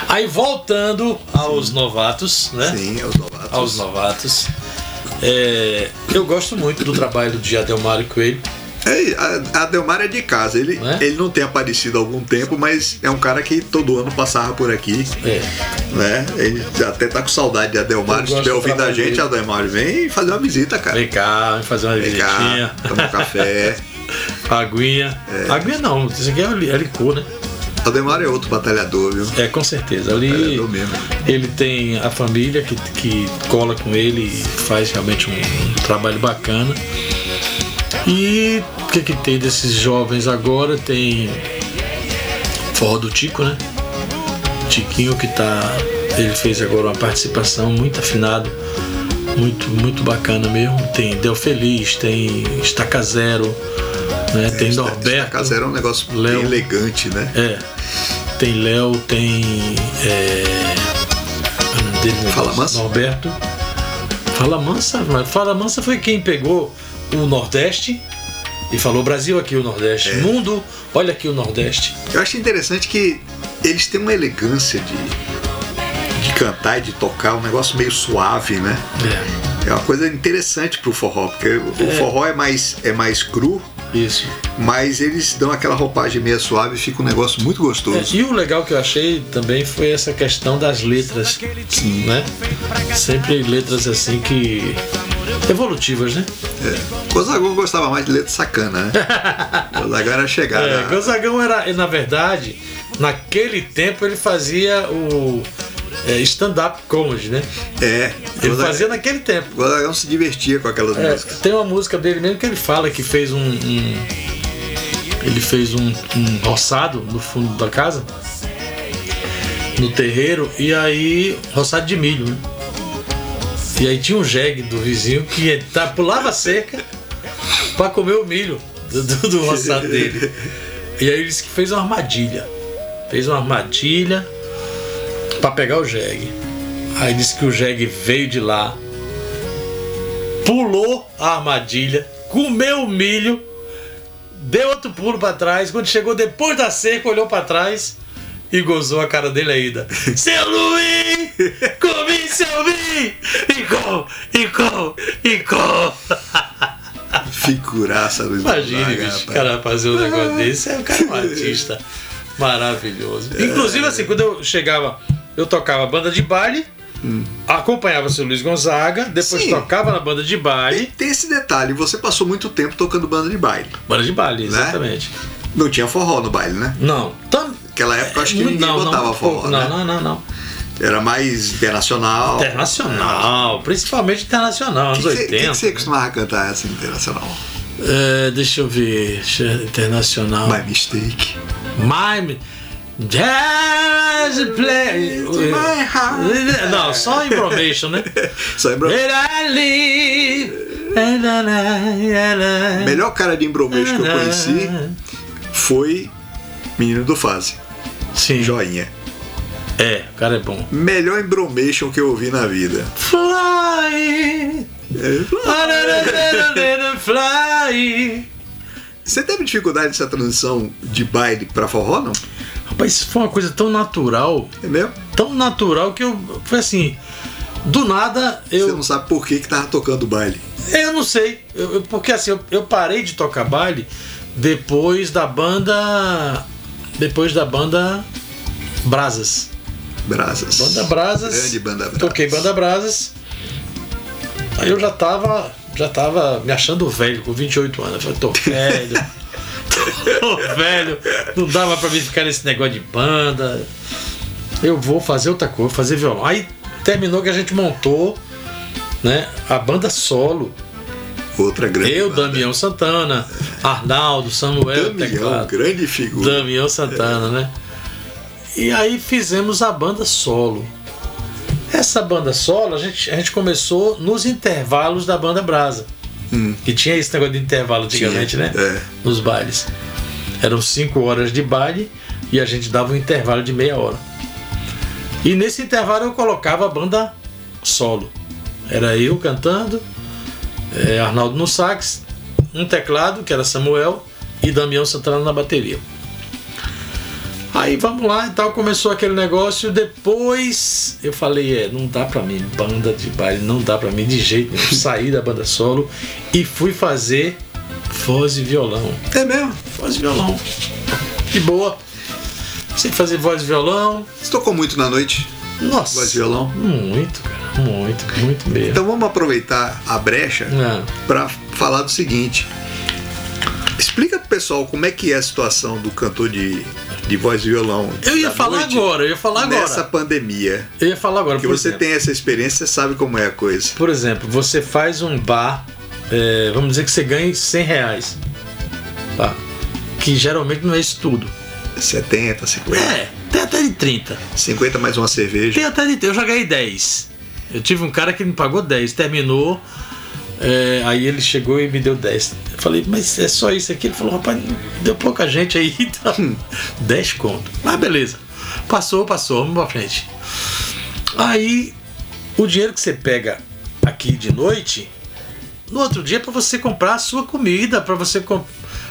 D: Aí voltando aos novatos, né?
C: Sim, é aos novatos.
D: Aos novatos. É, eu gosto muito do trabalho de Adelmário Coelho.
C: É, a, a Delmar é de casa. Ele,
D: Né?
C: ele não tem aparecido há algum tempo, mas é um cara que todo ano passava por aqui,
D: É,
C: né? Ele até tá com saudade de Adelmar.
D: Eu
C: Se
D: gosto
C: estiver
D: do
C: ouvindo a
D: trabalho
C: gente,
D: dele.
C: Adelmar, vem fazer uma visita, cara.
D: vem cá, vem fazer uma
C: Vem
D: visitinha.
C: cá, toma um café.
D: [LAUGHS] Aguinha. Aguinha não, isso aqui é li- é licor, né?
C: Ademar é outro batalhador, viu?
D: É, com certeza. Ali
C: Trabalhador mesmo.
D: ele tem a família que, que cola com ele e faz realmente um, um trabalho bacana. E o que, que tem desses jovens agora? Tem Forró do Tico, né? Tiquinho que tá. Ele fez agora uma participação muito afinado, muito, muito bacana mesmo. Tem Del Feliz, tem Estaca Zero, né? tem Norberto.
C: Esta casa era um negócio bem
D: Léo.
C: elegante, né?
D: É. Tem Léo, tem. É... o nome dele, meu
C: Fala
D: Deus,
C: Mansa?
D: Norberto. Fala Mansa, mano. Fala Mansa foi quem pegou o Nordeste e falou: Brasil aqui o
C: É.
D: Nordeste. Mundo, olha aqui o Nordeste.
C: Eu acho interessante que eles têm uma elegância de, de cantar e de tocar, um negócio meio suave, né?
D: É.
C: É uma coisa interessante pro forró, porque o forró é mais, é mais cru,
D: Isso.
C: Mas eles dão aquela roupagem meia suave e fica um negócio muito gostoso.
D: E o legal que eu achei também foi essa questão das letras,
C: Sim.
D: né? Sempre letras assim que. evolutivas, né?
C: É. Gonzagão gostava mais de letra sacana,
D: [LAUGHS]
C: né? Gonzagão era chegada.
D: É, Gonzagão era, na verdade, naquele tempo ele fazia o é, stand-up comedy, né?
C: É.
D: Ele
C: Gonzaga-
D: fazia naquele tempo.
C: Gonzagão se divertia com aquelas
D: É,
C: músicas.
D: tem uma música dele mesmo que ele fala que fez um. um- ele fez um, um roçado no fundo da casa, no terreiro, e aí. roçado de milho, né? E aí tinha um jegue do vizinho que ele tá, pulava a cerca pra comer o milho do, do, do roçado dele. E aí ele disse que fez uma armadilha. Fez uma armadilha pra pegar o jegue. Aí disse que o jegue veio de lá, pulou a armadilha, comeu o milho, deu outro pulo pra trás. Quando chegou depois da cerca, olhou pra trás e gozou a cara
C: [LAUGHS]
D: dele ainda. seu Luiz! Comi seu milho! E com, e com, e com!
C: [LAUGHS] Figuraça Luiz
D: Imagine,
C: Gonzaga,
D: bicho, o
C: rapaz.
D: cara fazer
C: [LAUGHS]
D: um negócio desse. É o cara é um artista maravilhoso.
C: É.
D: Inclusive, assim, quando eu chegava, eu tocava banda de baile. Acompanhava o seu Luiz Gonzaga, depois
C: Hum. Sim.
D: tocava na banda de
C: E
D: baile.
C: tem esse detalhe, você passou muito tempo tocando banda de baile.
D: Banda de baile, exatamente.
C: Não tinha forró no baile, né?
D: Né? Não. Tam... é,
C: Naquela época eu acho que ninguém
D: não,
C: botava
D: não,
C: forró,
D: Não,
C: né?
D: não, não, não.
C: Era mais internacional.
D: Internacional, principalmente internacional,
C: O que
D: anos
C: que você-
D: né?
C: o que
D: 80.
C: que você costumava cantar essa internacional?
D: É, deixa eu ver. deixa- Internacional.
C: My Mistake.
D: Mime. Jazz play.
C: My heart.
D: Não, só
C: [LAUGHS]
D: information, né?
C: Só lembra-
D: Where I live, and I- and I-
C: melhor cara de embromeixo que eu conheci
D: É.
C: foi Menino do Fase,
D: Sim.
C: joinha.
D: É, o cara é bom.
C: Melhor embromation que eu ouvi na vida. "Ah,
D: Fly. Ah, né, Fly.
C: Você teve dificuldade nessa transição de baile pra forró, não?
D: Rapaz, isso foi uma coisa tão natural,
C: É mesmo?
D: tão natural que eu. Foi assim. Do nada
C: Você
D: eu.
C: não sabe por que que tava tocando baile.
D: Eu não sei. eu- eu- porque assim, eu, eu parei de tocar baile depois da banda. Depois da banda Brasas.
C: Brasas.
D: Banda Brasas.
C: Grande Banda Brasas.
D: Toquei Banda Brasas. Aí eu já tava, já tava me achando velho, com 28 anos. Eu falei, tô velho. [LAUGHS] tô velho. Não dava pra mim ficar nesse negócio de banda. Eu vou fazer outra coisa, fazer violão. Aí terminou que a gente montou né, a banda solo.
C: Outra grande.
D: Eu,
C: banda.
D: Damião Santana, Arnaldo, Samuel,
C: Damião,
D: teclado.
C: grande figura.
D: Damião Santana,
C: É.
D: né? E aí fizemos a banda solo. Essa banda solo, a gente, a gente começou nos intervalos da banda Brasa. Que tinha esse negócio de intervalo antigamente,
C: Hum. Tinha,
D: né?
C: é.
D: Nos bailes. Eram cinco horas de baile e a gente dava um intervalo de meia hora. E nesse intervalo eu colocava a banda solo. Era eu cantando, eh, Arnaldo no sax, um teclado, que era Samuel, e Damião Santana na bateria. Aí vamos lá, então começou aquele negócio. Depois eu falei: é, não dá pra mim, banda de baile, não dá pra mim de
C: [LAUGHS]
D: jeito nenhum. Saí da banda solo e fui fazer voz e violão.
C: É mesmo?
D: Voz e violão. De boa. Sem fazer voz e violão.
C: Você tocou muito na noite,
D: Nossa.
C: voz e violão.
D: Muito, cara. Muito, muito mesmo.
C: Então vamos aproveitar a brecha
D: Ah,
C: para falar do seguinte. Explica pro pessoal como é que é a situação do cantor de, de voz e violão.
D: Eu ia
C: da
D: falar
C: noite
D: agora, eu ia falar agora.
C: Nessa pandemia.
D: Eu ia falar agora,
C: Porque
D: por
C: você
D: exemplo.
C: tem essa experiência, você sabe como é a coisa.
D: Por exemplo, você faz um bar, é, vamos dizer que você ganhe 100 reais. Tá? Que geralmente não é isso tudo.
C: 70, 50.
D: É, tem até de 30.
C: 50 mais uma cerveja.
D: Tem até de 30. Eu já ganhei 10. Eu tive um cara que me pagou 10, terminou. é, aí ele chegou e me deu 10. Eu falei, mas é só isso aqui? Ele falou, rapaz, deu pouca gente aí, [LAUGHS] então 10 conto. Mas beleza. Passou, passou, vamos pra frente. Aí o dinheiro que você pega aqui de noite, no outro dia é para você comprar a sua comida, para você com-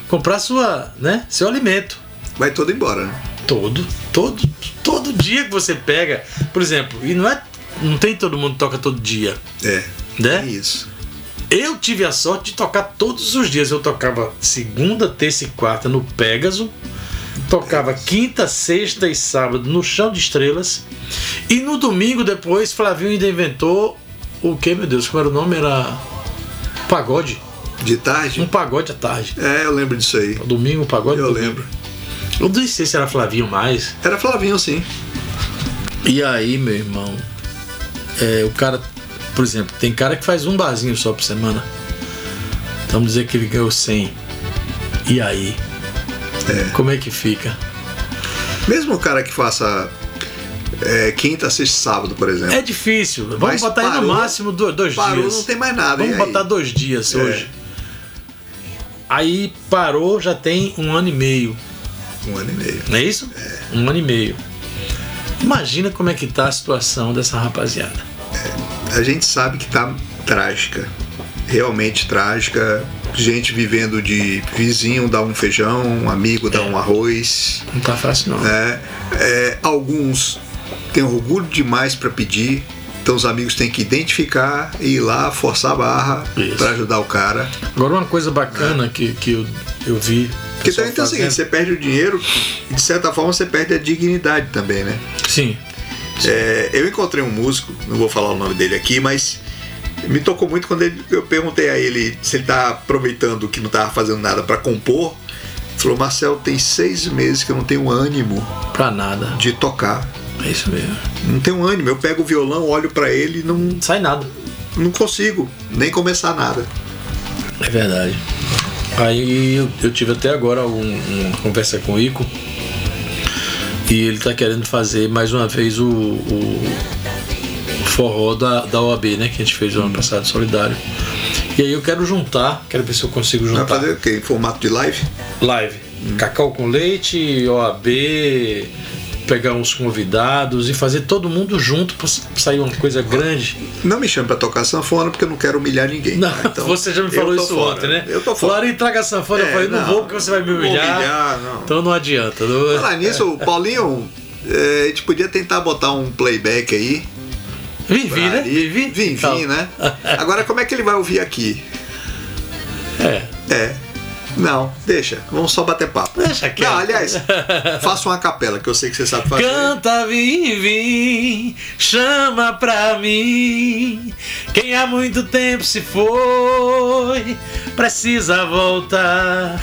D: comprar sua, né, seu alimento.
C: Vai todo embora, né?
D: Todo, todo, todo dia que você pega, por exemplo, e não é, não tem todo mundo que toca todo dia,
C: É.
D: né?
C: É isso.
D: Eu tive a sorte de tocar todos os dias. Eu tocava segunda, terça e quarta no Pégaso, tocava quinta, sexta e sábado no Chão de Estrelas. E no domingo depois, Flavinho ainda inventou o que, meu Deus? Como era o nome? Era pagode.
C: De
D: Um
C: tarde?
D: pagode à tarde.
C: É, eu lembro disso aí.
D: Domingo, pagode.
C: Eu
D: domingo.
C: lembro.
D: Eu não sei se era Flavinho mais.
C: Era Flavinho, sim.
D: E aí, meu irmão, é, o cara, por exemplo, tem cara que faz um barzinho só por semana. Vamos dizer que ele ganhou 100. E aí?
C: É.
D: Como é que fica?
C: Mesmo o cara que faça é, quinta, sexta e sábado, por exemplo.
D: É difícil. Vamos
C: Mas
D: botar aí
C: parou-
D: no máximo do- dois,
C: parou,
D: dias.
C: não tem mais nada,
D: Vamos
C: e aí? É.
D: botar dois dias hoje. Aí parou, já tem um ano e meio.
C: Um ano e meio.
D: Não é isso? Um ano e meio. Imagina como é que tá a situação dessa rapaziada.
C: A gente sabe que tá trágica. Realmente trágica. Gente vivendo de vizinho dá um feijão, um amigo dá um arroz.
D: Não tá fácil não.
C: né? É, alguns têm orgulho demais para pedir. Então os amigos têm que identificar e ir lá forçar a barra
D: Isso.
C: para ajudar o cara.
D: Agora uma coisa bacana que, que eu, eu vi.
C: Porque também tem o seguinte, você perde o dinheiro e de certa forma você perde a dignidade também, né?
D: Sim.
C: É, eu encontrei um músico, não vou falar o nome dele aqui, mas me tocou muito quando ele- eu perguntei a ele se ele tá aproveitando que não tava fazendo nada para compor. Ele Falou, Marcel, tem seis meses que eu não tenho ânimo
D: Pra nada.
C: de tocar.
D: É isso mesmo.
C: Não tenho ânimo. Eu pego o violão, olho para ele e não,
D: Não sai nada.
C: não consigo nem começar nada.
D: É verdade. Aí eu, eu tive até agora um- uma conversa com o Ico. E ele tá querendo fazer mais uma vez o, o forró da, da OAB, né? Que a gente fez o ano passado, solidário. E aí eu quero juntar, quero ver se eu consigo
C: Vai
D: juntar.
C: fazer o quê? Em formato de live?
D: live. Cacau com leite, OAB, pegar uns convidados e fazer todo mundo junto pra sair uma coisa grande.
C: Não me chame para tocar sanfona porque eu [LAUGHS] não quero humilhar ninguém.
D: Não,
C: tá? Então,
D: você já me
C: eu
D: falou
C: tô
D: isso
C: fora.
D: ontem, né?
C: Eu tô fora.
D: Falaram, "Ih, traga a sanfona, eu
C: É,
D: falei, não,
C: não,
D: vou porque você vai me
C: não vou
D: humilhar.
C: humilhar, não.
D: Então não adianta. não-
C: Falar nisso, Paulinho, é, a gente podia tentar botar um playback aí.
D: Vivi, né?
C: Ali.
D: Vivi?
C: Vim,
D: Então,
C: vim,
D: [LAUGHS]
C: né? Agora, como é que ele vai ouvir aqui?
D: É.
C: É. Não, deixa. Vamos só bater papo.
D: Deixa quieto.
C: Não,
D: [LAUGHS]
C: aliás, faça uma capela, que eu sei que você sabe fazer.
D: Canta, Vivi, chama pra mim. Quem há muito tempo se foi, precisa voltar.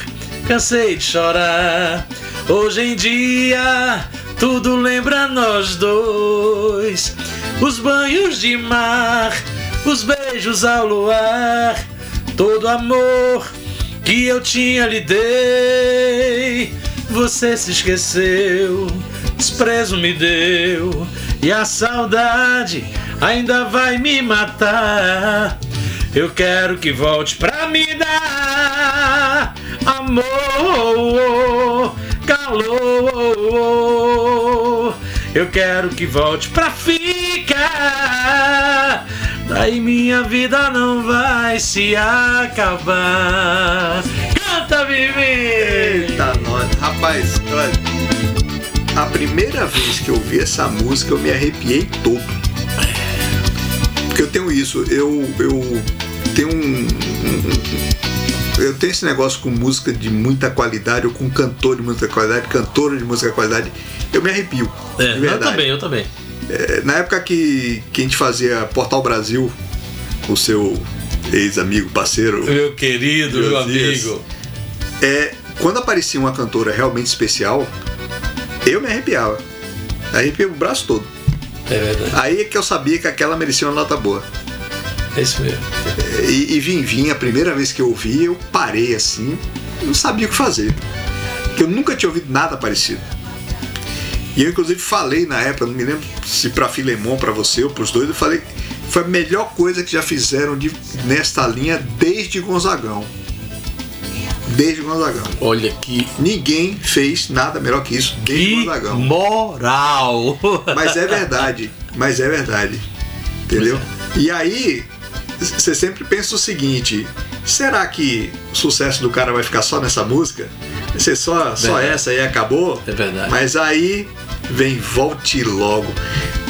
D: Cansei de chorar. Hoje em dia, tudo lembra nós dois. Os banhos de mar, os beijos ao luar, todo amor que eu tinha lhe dei. Você se esqueceu, desprezo me deu, e a saudade ainda vai me matar. Eu quero que volte pra me dar amor, calor. Eu quero que volte pra ficar. Daí minha vida não vai se acabar. Canta, Vivi!
C: Eita, nós. Rapaz, olha. A primeira vez que eu vi essa música, eu me arrepiei todo. Porque eu tenho isso, eu, eu tenho um, um- Eu tenho esse negócio com música de muita qualidade, ou com cantor de muita qualidade, cantora de música de qualidade. Eu me arrepio. de
D: É, eu
C: verdade.
D: também, eu também.
C: É, na época que, que a gente fazia Portal Brasil, o seu ex-amigo, parceiro.
D: Meu querido, meu
C: Meus dias.
D: amigo.
C: é, quando aparecia uma cantora realmente especial, eu me arrepiava. Arrepiava o braço todo.
D: É verdade,
C: Aí é que eu sabia que aquela merecia uma nota boa.
D: é isso mesmo.
C: E, e vim, vim, a primeira vez que eu ouvi, eu parei assim, não sabia o que fazer. Porque eu nunca tinha ouvido nada parecido. E eu, inclusive, falei na época, não me lembro se pra Filemon, pra você ou pros dois, eu falei que foi a melhor coisa que já fizeram de- nesta linha desde Gonzagão. Desde Gonzagão.
D: Olha que,
C: Ninguém fez nada melhor que isso desde o
D: que
C: Gonzagão.
D: moral.
C: Mas é verdade. Mas é verdade. Entendeu? E aí, você sempre pensa o seguinte: será que o sucesso do cara vai ficar só nessa música? Vai ser só, só
D: Verdade.
C: essa e acabou?
D: É verdade.
C: Mas aí vem volte logo.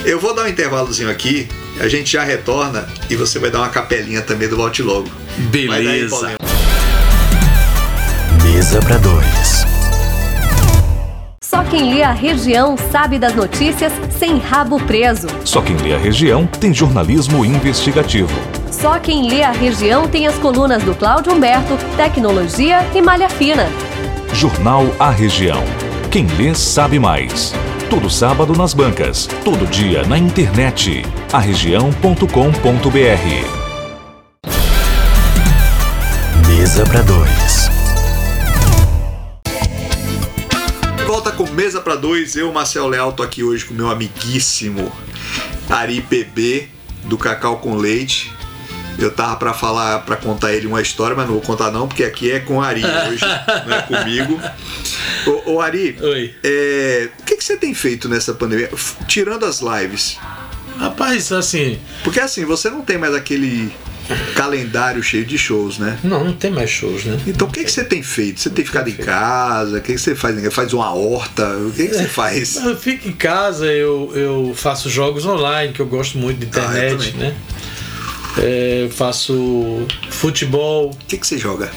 C: Eu vou dar um intervalozinho aqui, a gente já retorna e você vai dar uma capelinha também do volte logo. Vai daí,
D: Beleza.
C: Paulinho.
B: Mesa para dois.
E: Só quem lê a região sabe das notícias sem rabo preso.
A: Só quem lê a região tem jornalismo investigativo.
E: Só quem lê a região tem as colunas do Cláudio Humberto, Tecnologia e Malha Fina.
A: Jornal A Região. Quem lê sabe mais. Todo sábado nas bancas, todo dia na internet. aregião.com.br.
B: Mesa para dois.
C: Volta com Mesa para Dois. Eu, Marcel Leal, tô aqui hoje com meu amiguíssimo Ari PB, do Cacau com Leite. Eu tava para falar, para contar ele uma história, mas não vou contar não, porque aqui é com o Ari hoje, [LAUGHS] não é comigo. Ô, ô, Ari,
D: Oi.
C: é, o que, que você tem feito nessa pandemia? F- Tirando as lives.
D: Rapaz, assim,
C: Porque assim, você não tem mais aquele calendário cheio de shows, né?
D: não, não tem mais shows, né?
C: Então o que, que você tem feito? É. Você tem ficado em casa? O que, que você faz? Faz uma horta? O que, que você faz?
D: Eu fico em casa, eu, eu faço jogos online, que eu gosto muito de
C: Ah, eu
D: internet,
C: também.
D: né? É, eu faço futebol.
C: O que, que você joga?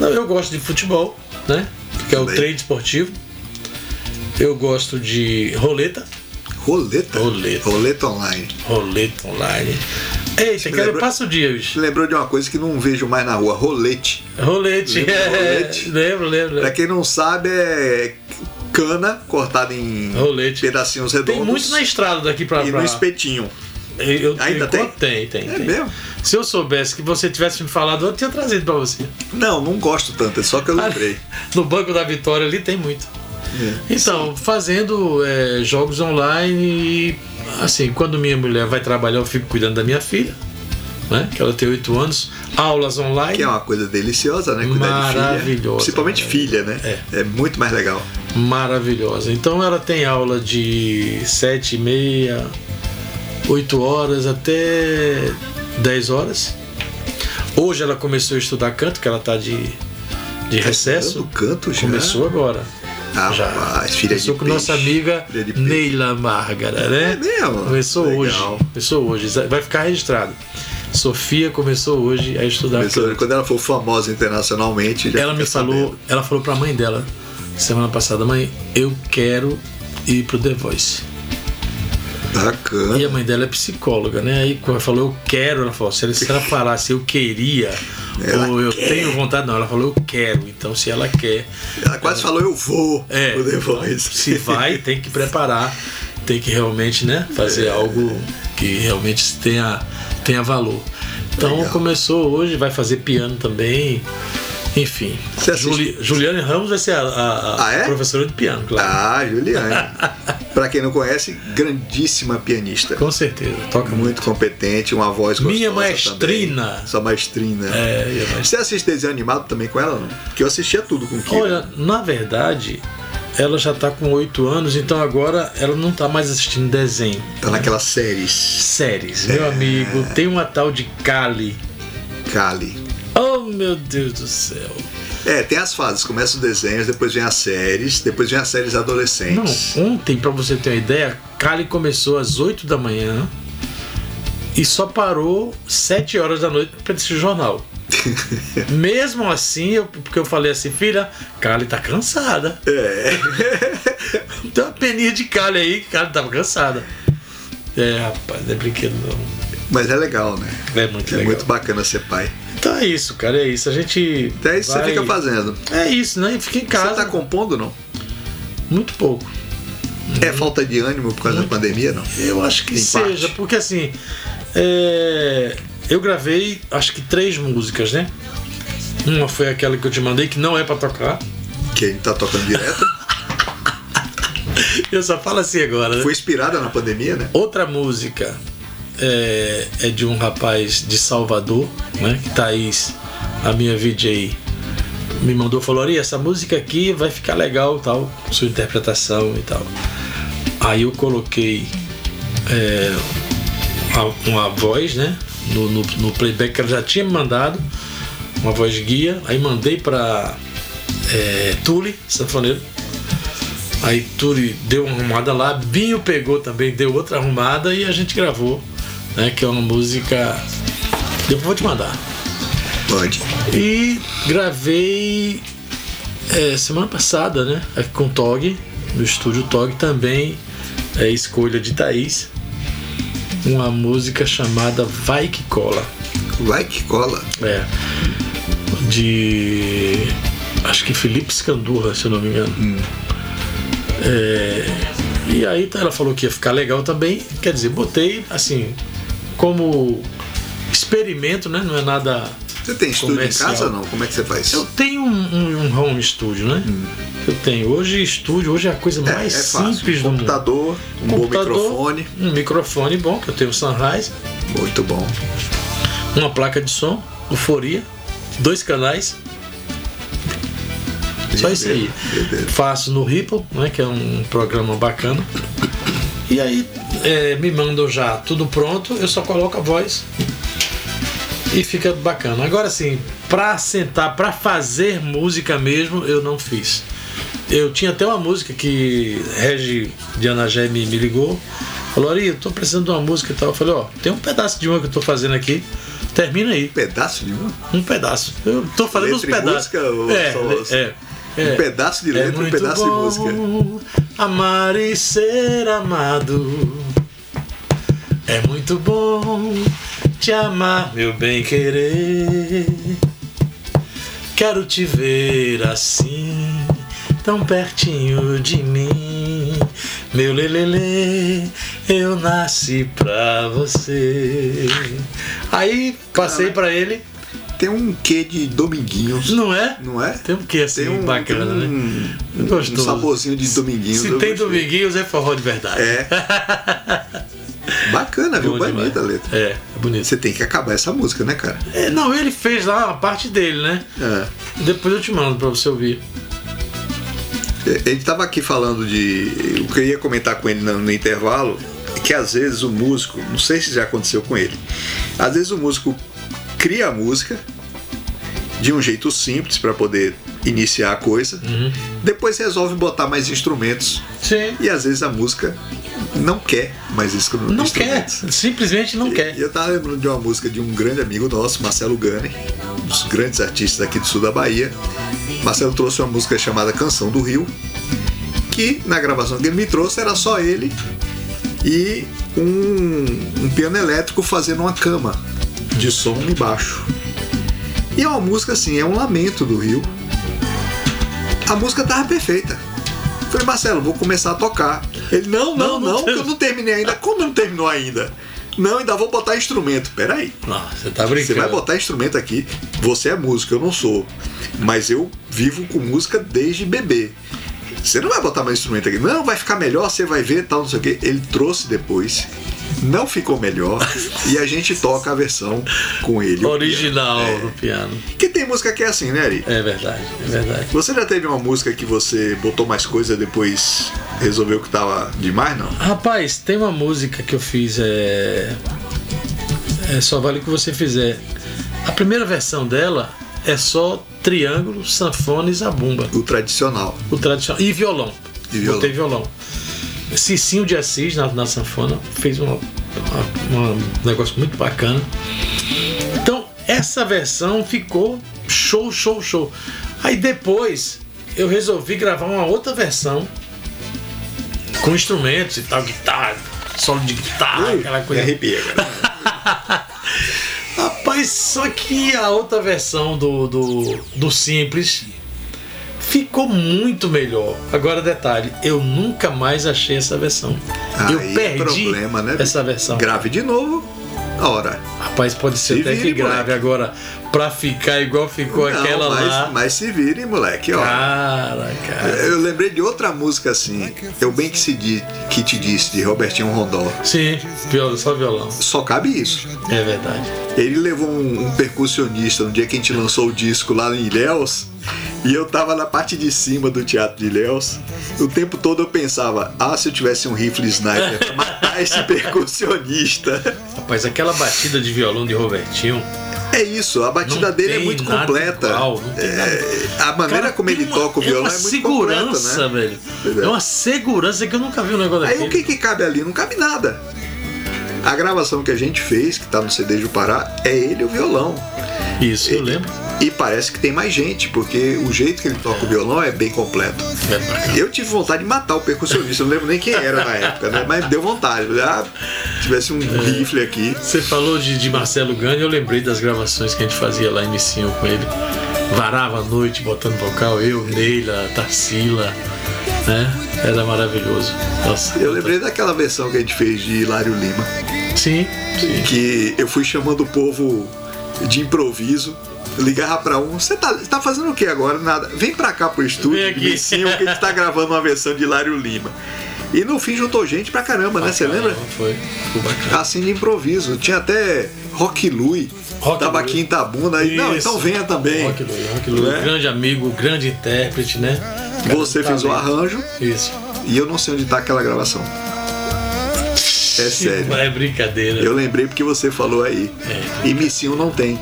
D: Não, eu gosto de futebol, né? Que é o
C: Também.
D: trade esportivo. Eu gosto de roleta.
C: Roleta?
D: Roleta.
C: Roleta online.
D: Roleta online. Eita, cara, eu
C: lembra-
D: passo dias.
C: Você lembrou de uma coisa que não vejo mais na rua, rolete.
D: Rolete.
C: Lembra
D: [LAUGHS] é,
C: rolete?
D: lembro, lembro.
C: Pra
D: lembro.
C: quem não sabe, é cana cortada em
D: Rolete.
C: pedacinhos redondos.
D: Tem muito na estrada daqui pra.
C: E
D: pra...
C: no espetinho.
D: Eu, eu-
C: Ainda tem?
D: Tem, tem.
C: É
D: tem.
C: mesmo?
D: Se eu soubesse que você tivesse me falado, eu tinha trazido pra você.
C: Não, não gosto tanto, é só que eu
D: Ah,
C: lembrei.
D: No Banco da Vitória ali tem muito. Então, fazendo é, jogos online e assim, quando minha mulher vai trabalhar, eu fico cuidando da minha filha, né? Que ela tem 8 anos, aulas online.
C: Que é uma coisa deliciosa, né? Cuidar de filha.
D: Maravilhosa.
C: Principalmente filha, né? É. muito mais legal.
D: maravilhosa. Então ela tem aula de 7 e meia, 8 horas até 10 horas. Hoje ela começou a estudar canto, que ela tá de, de recesso.
C: Do canto já.
D: É Começou agora.
C: Ah,
D: Já.
C: Rapaz, filha
D: Começou
C: de
D: com
C: peixe.
D: nossa amiga
C: Filha de peixe.
D: Neila Márgara, né?
C: É mesmo?
D: Começou
C: Legal.
D: hoje. Começou hoje. Vai ficar registrado. Sofia começou hoje a estudar
C: Começou-
D: canto.
C: Quando ela for famosa internacionalmente, já
D: né? Ela me
C: fica
D: falou,
C: sabendo.
D: ela falou pra mãe dela semana passada, mãe, eu quero ir pro The Voice.
C: Bacana.
D: E a mãe dela é psicóloga, né? Aí quando ela falou, eu quero, ela falou, se ela, se ela falasse eu queria,
C: Ela
D: ou eu
C: quer.
D: tenho vontade, não, ela falou, eu quero. Então se ela quer,
C: Ela quase falou, eu vou
D: é,
C: pro The Voice.
D: se vai, tem que preparar, tem que realmente, né,
C: É.
D: fazer algo que realmente tenha, tenha valor. Então
C: Legal.
D: começou hoje, vai fazer piano também, enfim.
C: Você assiste-
D: Juli, Juliane Ramos vai ser a, a- a
C: Ah, é?
D: professora de piano, claro.
C: Ah, Juliane. pra quem não conhece, grandíssima pianista.
D: Com certeza, toca muito.
C: Muito competente, uma voz gostosa
D: Minha
C: também.
D: maestrina.
C: Sua maestrina.
D: É, minha maestrina.
C: Você assiste desenho animado também com ela? Não? Porque eu assistia tudo com Kira.
D: Olha, na verdade, ela já tá com 8 anos, então agora ela não tá mais assistindo desenho.
C: Tá naquelas séries.
D: Séries,
C: É.
D: meu amigo, tem uma tal de Kali.
C: Cali.
D: Oh meu Deus do céu.
C: É, tem as fases. Começa os desenhos, depois vem as séries, depois vem as séries
D: Não,
C: adolescentes.
D: ontem, pra você ter uma ideia, Kali começou às 8 da manhã e só parou 7 horas da noite pra esse
C: [LAUGHS]
D: jornal. Mesmo assim, eu- porque eu falei assim, filha, Kali tá cansada. É. Tem uma peninha de Kali aí, que Kali tava cansada. É, rapaz, não é brinquedo não.
C: [LAUGHS] Mas é legal, né?
D: É muito
C: É
D: legal.
C: muito bacana ser pai.
D: Então é isso, cara, é isso. A gente.
C: Até isso
D: vai-
C: você fica fazendo.
D: É isso, né? Fica em casa.
C: Você tá compondo, não?
D: Muito pouco.
C: É falta de ânimo por causa da pandemia, não?
D: Uhum. Eu acho que
C: Em
D: seja,
C: parte.
D: porque assim. é, Eu gravei acho que três músicas, né? Uma foi aquela que eu te mandei, que não é pra tocar.
C: Que a gente tá tocando
F: [LAUGHS]
C: direto.
D: Eu só falo assim agora, né?
C: Foi inspirada na pandemia, né?
D: Outra música é, é de um rapaz de Salvador, né? Que Thaís, a minha VJ, me mandou, falou, Ori, essa música aqui vai ficar legal, tal, sua interpretação e tal. Aí eu coloquei é, a- uma voz, né? No, no- no playback que ela já tinha me mandado, uma voz guia, aí mandei pra é, Tule, sanfoneiro. Aí Turi deu uma arrumada lá, Binho pegou também, deu outra arrumada e a gente gravou, né? Que é uma música. Eu vou te mandar.
C: Pode.
F: E gravei é, semana passada, né? Aqui com o Tog, no estúdio Tog também, é escolha de Thaís, uma música chamada Vai Que Cola.
C: Vai que cola.
F: É. De. Acho que Felipe Scandurra, se eu não me engano.
C: Hum.
F: É, e aí tá, ela falou que ia ficar legal também. Quer dizer, botei assim, como experimento, né? Não é nada.
C: Você tem estúdio
F: Comercial.
C: em casa ou não? Como é que você faz?
F: Eu tenho um, um- um home studio, né? Eu tenho. Hoje estúdio, hoje é a coisa
C: Hum. É,
F: mais
C: é fácil.
F: simples do mundo.
C: computador, um
F: Computador,
C: bom microfone.
F: Um microfone bom, que eu tenho o Sunrise,
C: Muito bom.
F: uma placa de som, euforia, dois canais. Só
C: Meu
F: isso aí.
C: Deus, meu Deus.
F: Faço no Ripple, né, que é um programa bacana. E aí é, me mandam já tudo pronto, eu só coloco a voz e fica bacana. Agora sim, pra sentar, pra fazer música mesmo, eu não fiz. Eu tinha até uma música que Regi de Anagé me, me ligou. Falou, Ari, eu tô precisando de uma música e tal. Eu falei, ó, tem um pedaço de uma que eu tô fazendo aqui. Termina aí,
C: Pedaço de uma?
F: um pedaço. Eu tô fazendo uns
C: Letra e
F: pedaços.
C: música, ou
F: é,
C: só-
F: é, é.
C: Um pedaço de letra, um
F: muito
C: pedaço
F: bom
C: de música.
F: Amar e ser amado é muito bom te amar, meu bem querer. Quero te ver assim, tão pertinho de mim. Meu lelele, eu nasci pra você. Aí passei pra ele,
C: Tem um quê de dominguinhos,
F: não é?
C: não é?
F: Tem um que assim
C: Tem um-
F: bacana,
C: tem um-
F: né?
C: um
F: Gostoso.
C: saborzinho de dominguinhos,
F: Se
C: eu
F: tem
C: gostei.
F: dominguinhos, é forró de verdade. [LAUGHS]
C: É. Bacana, viu?
F: Bom demais.
C: Bonita a letra.
F: É, é bonito.
C: Você tem que acabar essa música, né, cara?
F: É, não, ele fez lá a parte dele, né?
C: É.
F: Depois eu te mando pra você ouvir.
C: É, Ele estava aqui falando de. O que eu ia comentar com ele no, no intervalo é que às vezes o músico, não sei se já aconteceu com ele, às vezes o músico cria a música de um jeito simples para poder iniciar a coisa,
F: Uhum.
C: depois resolve botar mais instrumentos
F: Sim.
C: e às vezes a música não quer mais instru
F: Não quer,
C: instrumentos.
F: simplesmente não quer.
C: E eu tava lembrando de uma música de um grande amigo nosso, Marcelo Gane, um dos grandes artistas aqui do sul da Bahia. Marcelo trouxe uma música chamada Canção do Rio, que na gravação que ele me trouxe era só ele e um, um piano elétrico fazendo uma cama de som embaixo. E é uma música assim, é um lamento do Rio. A música tava perfeita. Falei, Marcelo, vou começar a tocar. Ele, não, não,
F: Não,
C: não,
F: não
C: que eu
F: tem-
C: não terminei ainda. Como não terminou ainda? Não, ainda vou botar instrumento. Peraí.
F: Não, você tá
C: Você
F: brincando.
C: vai botar instrumento aqui. Você é músico, eu não sou. Mas eu vivo com música desde bebê. Você não vai botar mais instrumento aqui. Não, vai ficar melhor, você vai ver, tal, não sei o quê. Ele trouxe depois. Não ficou melhor. e a gente toca a versão com ele.
F: Original
C: É.
F: do piano.
C: Porque tem música que é assim, né, Ari?
F: É verdade, é verdade.
C: Você já teve uma música que você botou mais coisa depois resolveu que tava demais, não?
F: Rapaz, tem uma música que eu fiz, é. é só vale o que você fizer. A primeira versão dela é só triângulo, sanfona e zabumba.
C: O tradicional.
F: O tradicional. E violão.
C: E violão.
F: Botei violão. Cicinho de Assis na, na sanfona fez uma, uma- um negócio muito bacana. Então, essa versão ficou show, show, show. Aí depois eu resolvi gravar uma outra versão com instrumentos e tal, guitarra, solo de guitarra, Ah, aquela coisa.
C: arrepia,
F: [LAUGHS]
C: cara.
F: Rapaz, só que a outra versão do, do, do Simples ficou muito melhor. Agora, detalhe, eu nunca mais achei essa versão. eu
C: Aí é
F: perdi
C: problema, né, bicho?
F: essa versão.
C: Grave de novo. A hora.
F: Rapaz, pode ser
C: Se
F: até que
C: vire,
F: grave
C: moleque.
F: agora, pra ficar igual ficou
C: Não,
F: aquela
C: mas,
F: lá. Ah.
C: mas se vire, moleque, ó.
F: Cara, cara.
C: Eu lembrei de outra música assim, Eu Bem Que, se di, que Te Disse, de Robertinho Rondó.
F: Sim, violão, só violão.
C: Só cabe isso.
F: É verdade.
C: Ele levou um, um percussionista no dia que a gente lançou o disco lá em Ilhéus. E eu tava na parte de cima do teatro de Ilhéus. O tempo todo eu pensava: ah, se eu tivesse um rifle sniper pra matar esse [LAUGHS] percussionista.
F: Rapaz, aquela batida de violão de Robertinho.
C: É isso, a batida
F: Não
C: dele é
F: tem
C: muito
F: nada
C: completa.
F: igual, não tem nada.
C: É, a maneira
F: Cara,
C: como ele
F: tem uma-
C: toca o violão é,
F: uma
C: muito
F: segurança, É
C: completa, né?
F: velho. É uma segurança que eu nunca vi um negócio
C: Aí
F: daquele.
C: o que que cabe ali? Não cabe nada. A gravação que a gente fez, que está no CD do Pará, é ele o violão.
F: Isso, eu lembro.
C: E parece que tem mais gente, porque o jeito que ele toca o violão é bem completo.
F: É bacana.
C: Eu tive vontade de matar o percussionista, eu não lembro nem quem era na época, né? Mas deu vontade. Eu falei, Ah, se tivesse um
F: É.
C: rifle aqui.
F: Você falou de, de Marcelo Gani, eu lembrei das gravações que a gente fazia lá em Missinho com ele. Varava a noite botando vocal, eu, Neila, Tarsila, né? Era maravilhoso. Nossa,
C: Eu lembrei daquela versão que a gente fez de Hilário Lima,
F: Sim, sim.
C: que eu fui chamando o povo de improviso. Ligava pra um, você tá, tá fazendo o que agora? Nada. Vem pra cá pro estúdio,
F: Vem aqui."
C: vizinho, que a gente tá gravando uma versão de Hilário Lima. E no fim juntou gente pra caramba, né? Você
F: Bacana,
C: lembra?
F: Ah, Foi, ficou bacana.
C: assim de improviso. Tinha até Rock Lui,
F: Rock
C: tava
F: Lui.
C: aqui em Itabuna. Aí, não,
F: Isso.
C: então venha também.
F: Rock Lui, Rock Lui,
C: Né?
F: grande amigo, grande intérprete, né? Cara,
C: Você
F: tá
C: fez o
F: bem.
C: arranjo
F: Isso.
C: e eu não sei onde tá aquela gravação. É sério.
F: É brincadeira.
C: Eu lembrei porque você falou aí.
F: É.
C: E Missinho não tem.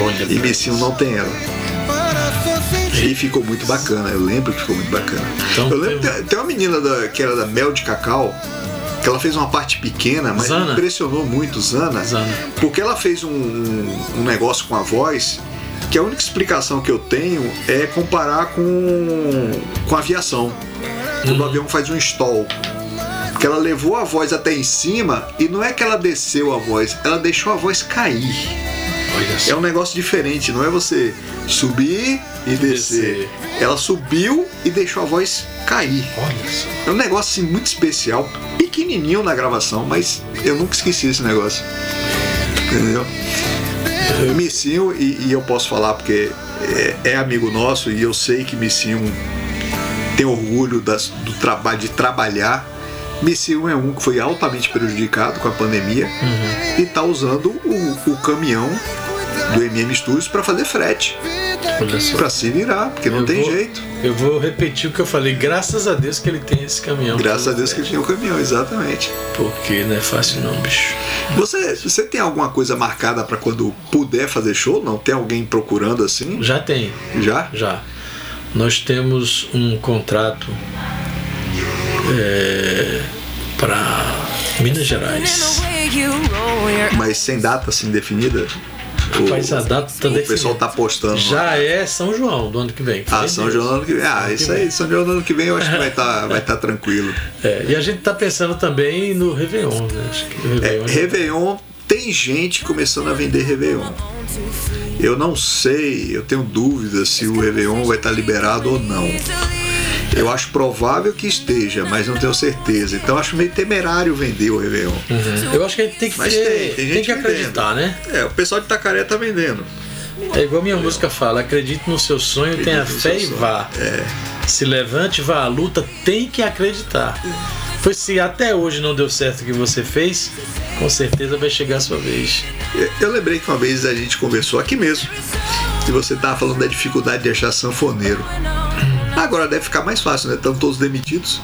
F: Olha,
C: E Missinho não tem ela. E ficou muito bacana, eu lembro que ficou muito bacana.
F: Então,
C: eu lembro
F: tem-
C: tem, tem uma menina da- que era da Mel de Cacau, que ela fez uma parte pequena, mas
F: Zana.
C: me impressionou muito, Zana,
F: Zana.
C: porque ela fez um, um negócio com a voz que a única explicação que eu tenho é comparar com, com a aviação. Quando
F: Hum.
C: o avião faz um stall. Porque ela levou a voz até em cima e não é que ela desceu a voz, ela deixou a voz cair.
F: olha
C: É
F: só.
C: um negócio diferente, não é você subir e descer.
F: Descer.
C: Ela subiu e deixou a voz cair.
F: Olha só.
C: É um negócio assim, muito especial, pequenininho na gravação, mas eu nunca esqueci esse negócio. Entendeu? Missinho, e, e eu posso falar porque é, é amigo nosso e eu sei que Missinho tem orgulho das- do trabalho de trabalhar. Missinho é um que foi altamente prejudicado com a pandemia
F: Uhum.
C: e está usando o, o caminhão do MM Studios para fazer frete,
F: Olha só.
C: para se virar, porque não
F: Eu
C: tem
F: vou-
C: jeito.
F: Eu vou repetir o que eu falei. Graças a Deus que ele tem esse caminhão.
C: Graças a Deus que ele tem o caminhão, exatamente.
F: Porque não é fácil não, bicho.
C: Você, você tem alguma coisa marcada pra quando puder fazer show? Não? Tem alguém procurando assim?
F: Já tem,
C: Já?
F: já. Nós temos um contrato para Minas Gerais.
C: Mas sem data assim definida? O,
F: Faz a data tá
C: o pessoal
F: definida.
C: tá postando. lá.
F: Já é São João do ano que vem.
C: Ah, São João do ano que vem. Ah, isso aí, São João do ano que vem eu acho que vai estar vai tá
F: [LAUGHS]
C: tranquilo.
F: É, e a gente tá pensando também no Réveillon, né? Acho que
C: É,
F: o Réveillon.
C: Réveillon, tem gente começando a vender Réveillon. Eu não sei, eu tenho dúvidas se o Réveillon vai estar liberado ou não. Eu acho provável que esteja, mas não tenho certeza. Então acho meio temerário vender o Réveillon.
F: Uhum. Eu acho que a gente tem que,
C: Mas tem,
F: ter-
C: tem gente
F: que acreditar, né?
C: É, o pessoal de Tacaré tá vendendo.
F: É igual minha música fala: acredite no seu sonho, tenha
C: no
F: fé
C: seu
F: e
C: sonho.
F: vá.
C: É,
F: Se levante, vá à luta, tem que acreditar. Pois se até hoje não deu certo o que você fez, com certeza vai chegar a sua vez.
C: Eu- Eu lembrei que uma vez a gente conversou aqui mesmo. E você tava falando da dificuldade de achar sanfoneiro. Agora deve ficar mais fácil, né? Estão todos demitidos.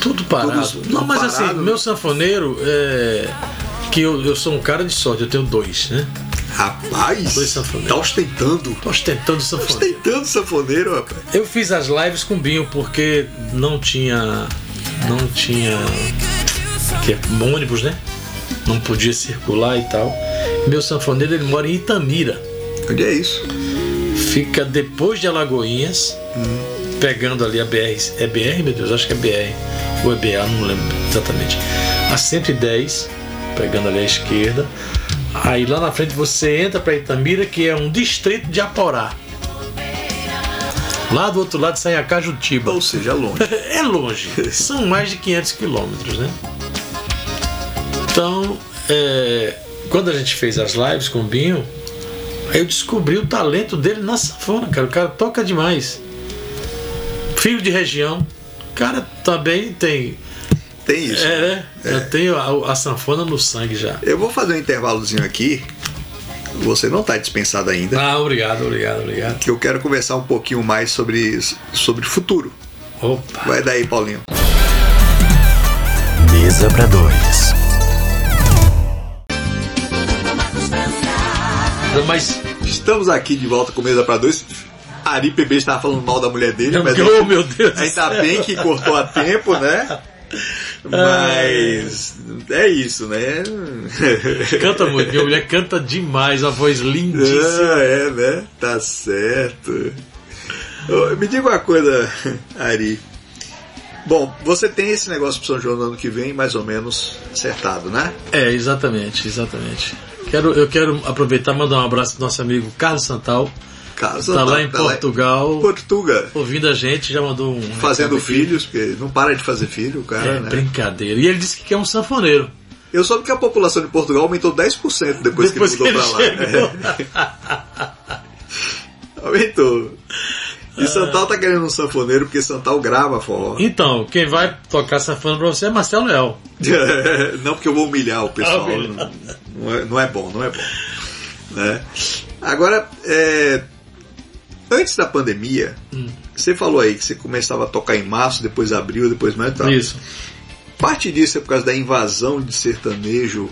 F: Tudo parado.
C: Tudo- tudo
F: não, mas
C: parado,
F: assim,
C: né?
F: meu sanfoneiro é. Que eu, eu sou um cara de sorte, eu tenho dois, né?
C: Rapaz,
F: Dois sanfoneiros.
C: tá ostentando.
F: Tô ostentando sanfoneiro.
C: Ostentando sanfoneiro, rapaz.
F: Eu fiz as lives com o Binho porque não tinha. Não tinha. Que é ônibus, né? Não podia circular e tal. Meu sanfoneiro ele mora em Itamira.
C: Onde é isso?
F: Fica depois de Alagoinhas, pegando ali a BR. É BR, meu Deus? Acho que é BR. Ou é BA, não lembro exatamente. A 110, pegando ali à esquerda. Aí lá na frente você entra para Itamira, que é um distrito de Aporá. Lá do outro lado sai a Cajutiba.
C: Ou seja, longe.
F: É longe, são mais de 500 quilômetros, né? Então, é, quando a gente fez as lives com o Binho, aí eu descobri o talento dele na sanfona, cara. O cara toca demais. Filho de região, o cara também tem.
C: Tem isso.
F: É, né? Eu tenho a, a sanfona no sangue já.
C: Eu vou fazer um intervalozinho aqui. Você não tá dispensado ainda.
F: Ah, obrigado, obrigado, obrigado.
C: Que eu quero conversar um pouquinho mais sobre, sobre futuro.
F: Opa!
C: Vai daí, Paulinho.
G: Mesa para dois.
F: Mas.
C: Estamos aqui de volta com mesa pra dois. Ari PB
F: É um [LAUGHS]
C: estava falando mal da mulher dele, mas é tá
F: Oh, meu Deus! do
C: ainda
F: céu. [LAUGHS]
C: bem que cortou a tempo, né? Mas é isso, né?
F: Canta muito, minha mulher canta demais, uma voz lindíssima.
C: Ah, é, né? Tá certo. Ô, Me diga uma coisa, Ari. Bom, você tem esse negócio pro São João no ano que vem, mais ou menos acertado, né?
F: É, exatamente, exatamente. Quero, eu quero aproveitar e mandar um abraço pro nosso amigo Carlos Santal,
C: Carlos
F: Tá lá em Portugal.
C: Portuga.
F: ouvindo a gente, já mandou um.
C: Fazendo
F: recado aqui.
C: filhos, porque não para de fazer filho, o cara,
F: É,
C: né?
F: brincadeira. E ele disse que quer um sanfoneiro.
C: Eu soube que a população de Portugal aumentou 10% depois,
F: Depois
C: que ele mudou
F: que ele
C: pra lá. né? [LAUGHS] aumentou. E Santal tá querendo um sanfoneiro, porque Santal grava forró. [LAUGHS]
F: Então, quem vai tocar sanfona pra você é Marcelo Leal.
C: não porque eu vou humilhar o pessoal.
F: Ah,
C: não, não é, não é bom, não é bom. Né? Agora, é, antes da pandemia,
F: Hum.
C: você falou aí que você começava a tocar em março, depois abril, depois maio e tal.
F: Isso.
C: Parte disso é por causa da invasão de sertanejo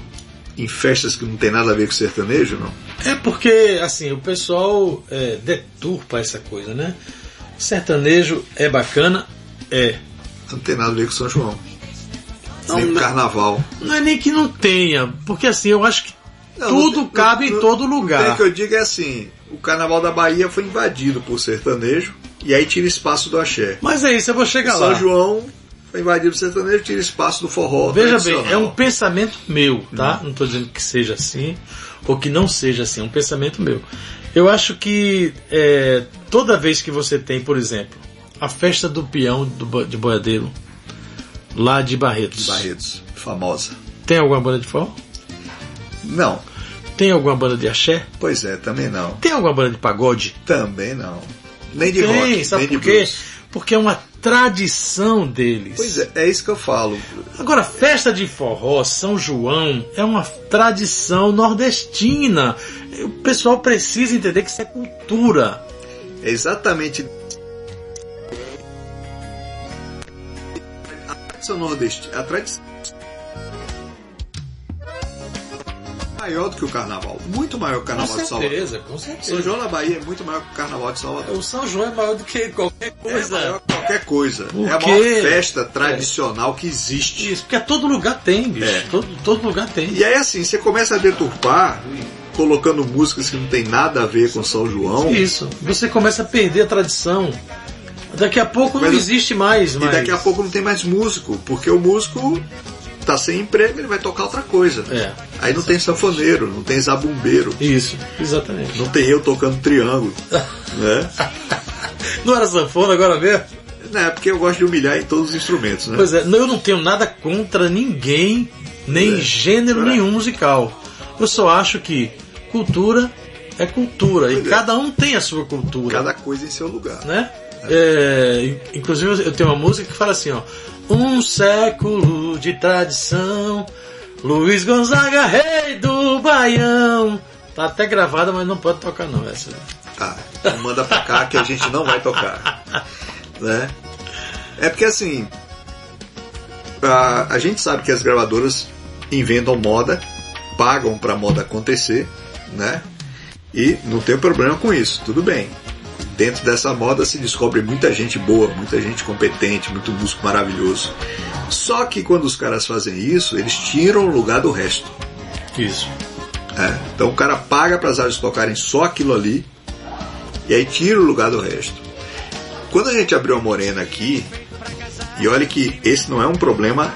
C: em festas que não tem nada a ver com sertanejo, não?
F: É porque, assim, o pessoal é, deturpa essa coisa, né? Sertanejo é bacana, é.
C: Não tem nada a ver com São João.
F: Não,
C: nem com
F: não.
C: carnaval.
F: Não é nem que não tenha, porque assim, eu acho que
C: Não,
F: tudo
C: não tem-
F: cabe
C: não-
F: em todo
C: Tem O
F: lugar.
C: que eu digo é assim: o carnaval da Bahia foi invadido por sertanejo e aí tira espaço do axé.
F: Mas é isso, eu vou chegar
C: São
F: lá.
C: João foi invadido por sertanejo, tira espaço do forró.
F: Veja bem,
C: tradicional.
F: é um pensamento meu, tá? Não estou dizendo que seja assim ou que não seja assim, é um pensamento meu. Eu acho que é, toda vez que você tem, por exemplo, a festa do peão do Bo- de boiadeiro, lá de Barretos,
C: Barretos, famosa.
F: tem alguma banda de forró?
C: Não,
F: Tem alguma banda de axé?
C: pois é, também não.
F: Tem alguma banda de pagode?
C: Também não. Nem de
F: tem,
C: rock,
F: sabe
C: nem
F: por
C: de
F: quê?
C: blues.
F: Porque é uma tradição deles.
C: Pois é, é isso que eu falo.
F: Agora, festa de forró, São João, é uma tradição nordestina. O pessoal precisa entender que isso é cultura.
C: É exatamente. A tradição nordestina. A tradição. Maior do que o carnaval. Muito maior que o carnaval de Salvador.
F: com
C: São João na Bahia é muito maior que o carnaval de Salvador.
F: O São João é maior do que qualquer
C: É maior que qualquer coisa.
F: Por
C: é a
F: quê?
C: maior festa tradicional que existe.
F: Isso, porque todo lugar tem, bicho.
C: É.
F: Todo, todo lugar tem.
C: E aí assim, você começa a deturpar, colocando músicas que não tem nada a ver com São João.
F: Isso. Você começa a perder a tradição. Daqui a pouco
C: Mas-
F: não existe mais.
C: E
F: mas...
C: daqui a pouco não tem mais músico, porque o músico tá sem emprego, ele vai tocar outra coisa.
F: É.
C: Aí não tem sanfoneiro, não tem zabumbeiro,
F: Isso, exatamente.
C: não tem eu tocando
F: [LAUGHS]
C: triângulo. né?
F: Não era sanfona agora mesmo?
C: Não, é porque eu gosto de humilhar em todos os instrumentos, né?
F: Pois é, não, eu não tenho nada contra ninguém, nem
C: É.
F: gênero
C: É.
F: nenhum musical. Eu só acho que cultura é cultura e
C: Pois é.
F: cada um tem a sua cultura,
C: Cada coisa em seu lugar.
F: né? É, in- inclusive eu tenho uma música que fala assim, ó: Um século de tradição, Luiz Gonzaga, rei do Baião. Tá até gravada, mas não pode tocar não essa.
C: Tá, então manda pra cá que a gente não vai tocar. Né? É porque assim, a, a gente sabe que as gravadoras inventam moda, pagam pra moda acontecer, né? E não tem problema com isso, tudo bem. Dentro dessa moda se descobre muita gente boa, muita gente competente, muito músico maravilhoso. Só que quando os caras fazem isso, eles tiram o lugar do resto.
F: Isso.
C: É, Então o cara paga para as áreas tocarem só aquilo ali e aí tira o lugar do resto. Quando a gente abriu a Morena aqui, e olha que esse não é um problema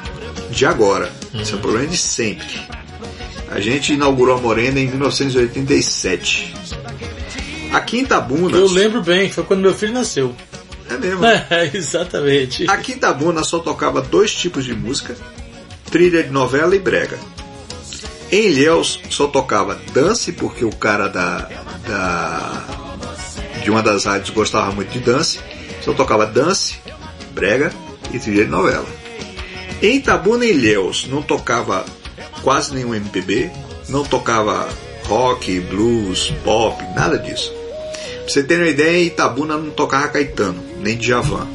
C: de agora,
F: Uhum.
C: esse é um problema de sempre. A gente inaugurou a Morena em 1987. A Quinta Buna.
F: Eu lembro bem, foi quando meu
C: [LAUGHS]
F: filho nasceu. [LAUGHS]
C: É mesmo.
F: É, exatamente.
C: A Quinta Buna só tocava dois tipos de música: trilha de novela e brega. Em Ilhéus só tocava dance, porque o cara da, da- de uma das rádios gostava muito de dance, só tocava dance, brega e trilha de novela. Em Itabuna e Ilhéus não tocava quase nenhum MPB, não tocava rock, blues, pop, nada disso. Pra você ter uma ideia, em Itabuna não tocava Caetano, nem Djavan.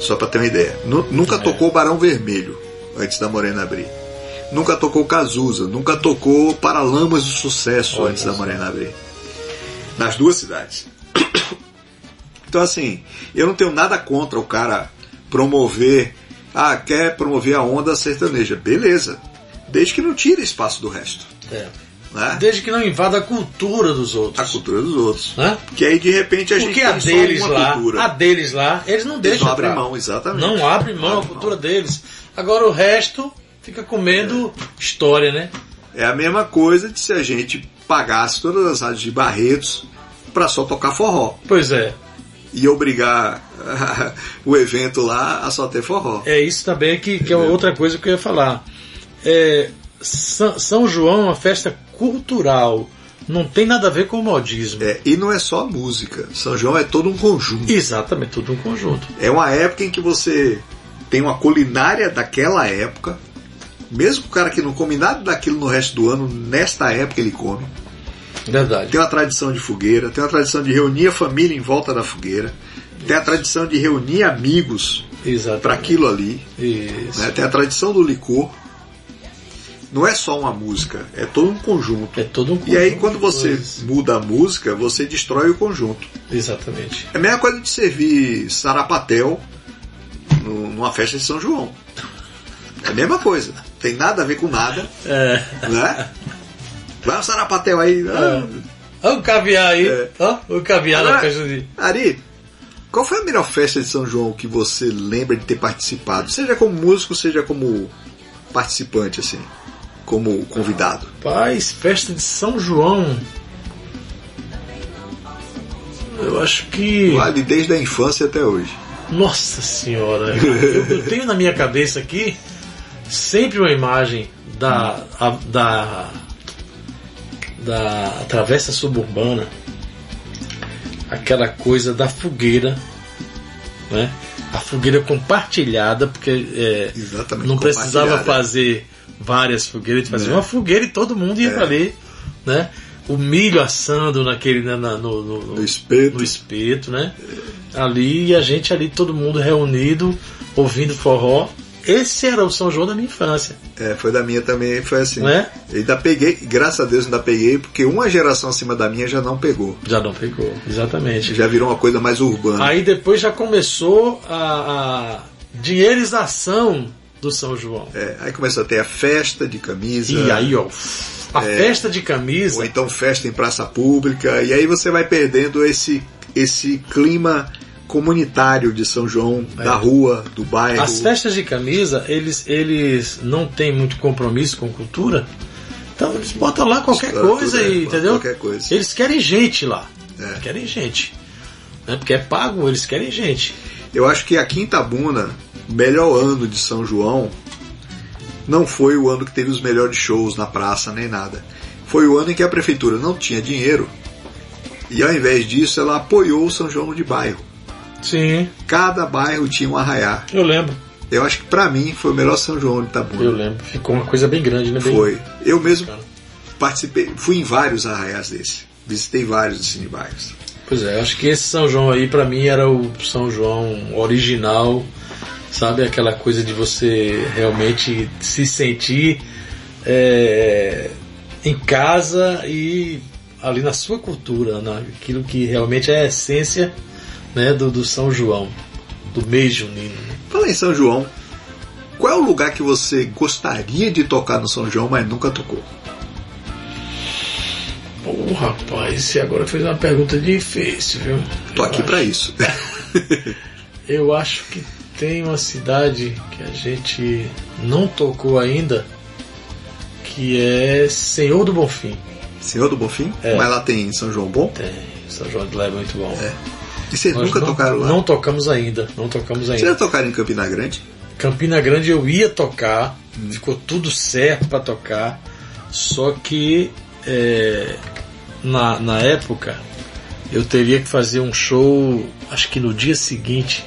C: Só pra ter uma ideia. Nu- Nunca
F: É.
C: tocou Barão Vermelho antes da Morena abrir. Nunca tocou Cazuza, nunca tocou Paralamas do Sucesso antes da Morena abrir. Nas duas cidades. [COUGHS] Então, assim, eu não tenho nada contra o cara promover Ah, quer promover a onda sertaneja. Beleza. Desde que não tire espaço do resto.
F: É.
C: Né?
F: Desde que não invada a cultura dos
C: A
F: outros.
C: cultura dos outros.
F: Né?
C: Que aí de repente a gente
F: Porque a
C: tem só
F: deles
C: uma
F: lá,
C: cultura.
F: a deles lá, eles não
C: Eles
F: deixam.
C: não abrem
F: entrar.
C: mão, exatamente.
F: Não abre mão a
C: Abrem
F: cultura deles. Agora o resto fica comendo história, né?
C: É a mesma coisa de se a gente pagasse todas as rádios de Barretos para só tocar forró
F: Pois é.
C: e obrigar [LAUGHS] o evento lá a só ter forró.
F: É isso também que, que é outra coisa que eu ia falar. É, Sa- São João é uma festa cultural. Não tem nada a ver com modismo.
C: É, e não é só música. São João é todo um conjunto.
F: Exatamente, tudo um conjunto.
C: É uma época em que você tem uma culinária daquela época. Mesmo o cara que não come nada daquilo no resto do ano, nesta época ele come.
F: Verdade.
C: Tem uma tradição de fogueira, tem uma tradição de reunir a família em volta da fogueira, tem a tradição de reunir amigos para
F: Exatamente.
C: aquilo ali.
F: Isso.
C: né? Tem a tradição do licor. Não é só uma música, é todo um conjunto.
F: É todo um
C: E aí,
F: conjunto
C: quando
F: de
C: você
F: coisas.
C: muda a música, você destrói o conjunto.
F: Exatamente.
C: É a mesma coisa de servir sarapatel no- numa festa de São João. É a mesma coisa. Tem nada a ver com nada,
F: É.
C: né? Vai o sarapatel aí.
F: É.
C: ah,
F: Olha o caviar aí.
C: É.
F: Olha o caviar
C: Ah.
F: na festa de.
C: Ari, qual foi a melhor festa de São João que você lembra de ter participado? Seja como músico, seja como participante, assim. Como convidado.
F: Paz, festa de São João. Eu acho que.
C: Vale desde a infância até hoje.
F: Nossa senhora, eu, eu tenho na minha cabeça aqui sempre uma imagem da a- da da travessa suburbana, aquela coisa da fogueira, né? A fogueira compartilhada, porque é,
C: Exatamente,
F: não precisava
C: compartilhada.
F: fazer várias fogueiras, fazia
C: É.
F: uma fogueira e todo mundo ia
C: É.
F: pra ali, né? O milho assando naquele na- na- no- no-
C: No espeto.
F: no espeto, né? Ali e a gente ali, todo mundo reunido, ouvindo forró. Esse era o São João da minha infância.
C: É, foi da minha também, foi assim.
F: Né?
C: Eu ainda peguei, graças a Deus ainda peguei, porque uma geração acima da minha já não pegou.
F: Já não pegou, exatamente.
C: Já virou uma coisa mais urbana.
F: Aí depois já começou a, a dinheirização do São João.
C: É, aí começou a ter a festa de camisa.
F: E aí, ó, a
C: É.
F: festa de
C: Ou
F: camisa,
C: então festa em praça pública. E aí você vai perdendo esse, esse clima comunitário de São João, da rua, do bairro.
F: É. as festas de camisa, eles, eles não têm muito compromisso com cultura. Então eles botam lá qualquer
C: Claro,
F: coisa
C: tudo é,
F: e, entendeu?
C: qualquer coisa.
F: Eles querem gente lá.
C: É.
F: Querem gente. Né? Porque é pago, eles querem gente.
C: Eu acho que a Quintabuna, melhor ano de São João, não foi o ano que teve os melhores shows na praça nem nada. Foi o ano em que a prefeitura não tinha dinheiro e ao invés disso ela apoiou o São João de bairro.
F: Sim,
C: Cada bairro tinha um arraiá.
F: eu lembro.
C: Eu acho que pra mim foi o melhor São João de
F: Eu
C: Itabuna.
F: lembro. Ficou uma coisa bem grande, né? Bem-
C: Foi. Eu mesmo
F: Cara.
C: participei, fui em vários arraiás desse. Visitei vários assim, de bairros.
F: Pois é, eu acho que esse São João aí, pra mim, era o São João original. Sabe aquela coisa de você realmente se sentir é, em casa e ali na sua cultura, naquilo que realmente é a essência né, do, do São João, do mês junino.
C: Fala em São João. Qual é o lugar que você gostaria de tocar no São João, mas nunca tocou?
F: Ô rapaz, você agora fez uma pergunta difícil, viu?
C: Tô
F: Eu
C: aqui pra isso.
F: Eu acho que tem uma cidade que a gente não tocou ainda, que é Senhor do Bonfim.
C: [LAUGHS] Senhor do Bonfim?
F: É.
C: Mas lá tem São João Bom?
F: Tem, São João de Lá é muito bom.
C: E vocês
F: Nós
C: nunca
F: não,
C: tocaram lá?
F: Não tocamos ainda, não tocamos
C: Vocês
F: ainda.
C: já tocaram em Campina Grande?
F: Campina Grande eu ia tocar, ficou tudo certo para tocar, só que é, na, na época eu teria que fazer um show, acho que no dia seguinte,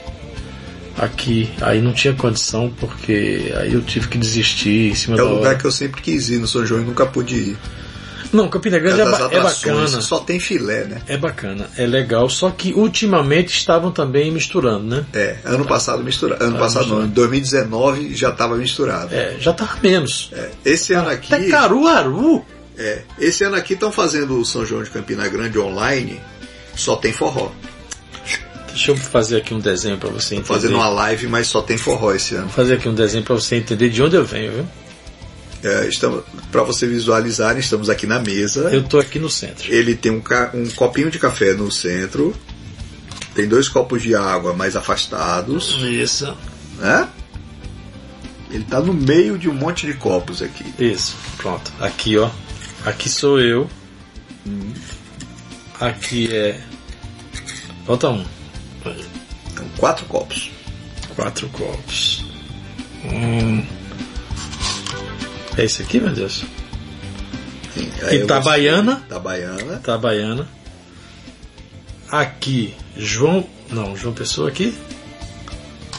F: aqui. Aí não tinha condição, porque aí eu tive que desistir em cima
C: É
F: da
C: o lugar
F: hora.
C: que eu sempre quis ir no São João e nunca pude ir.
F: Não, Campina
C: É
F: Grande é,
C: das
F: ba- é
C: atrações,
F: bacana.
C: só tem filé, né?
F: É bacana, é legal, só que ultimamente estavam também misturando, né?
C: É, ano passado misturado. Ano
F: Tá
C: passado não, em 2019 já tava misturado.
F: É, já tava menos.
C: É, Esse ano aqui.
F: Até Caruaru.
C: É, esse ano aqui estão fazendo o São João de Campina Grande online, só tem forró.
F: Deixa eu fazer aqui um desenho para você entender.
C: Fazendo uma live, mas só tem forró esse ano.
F: Vou fazer aqui um desenho para você entender de onde eu venho, viu?
C: É, estamos para você visualizar, estamos aqui na mesa.
F: Eu tô aqui no centro.
C: Ele tem um, ca- um copinho de café no centro. Tem dois copos de água mais afastados,
F: Isso.
C: né? Ele tá no meio de um monte de copos aqui.
F: Isso. Pronto. Aqui, ó. Aqui sou eu. Aqui é. Falta um.
C: Então, quatro copos.
F: Quatro copos. Hum. É isso aqui, meu Deus?
C: Sim,
F: Itabaiana.
C: Itabaiana.
F: Itabaiana. Tá Aqui, João. Não, João Pessoa aqui.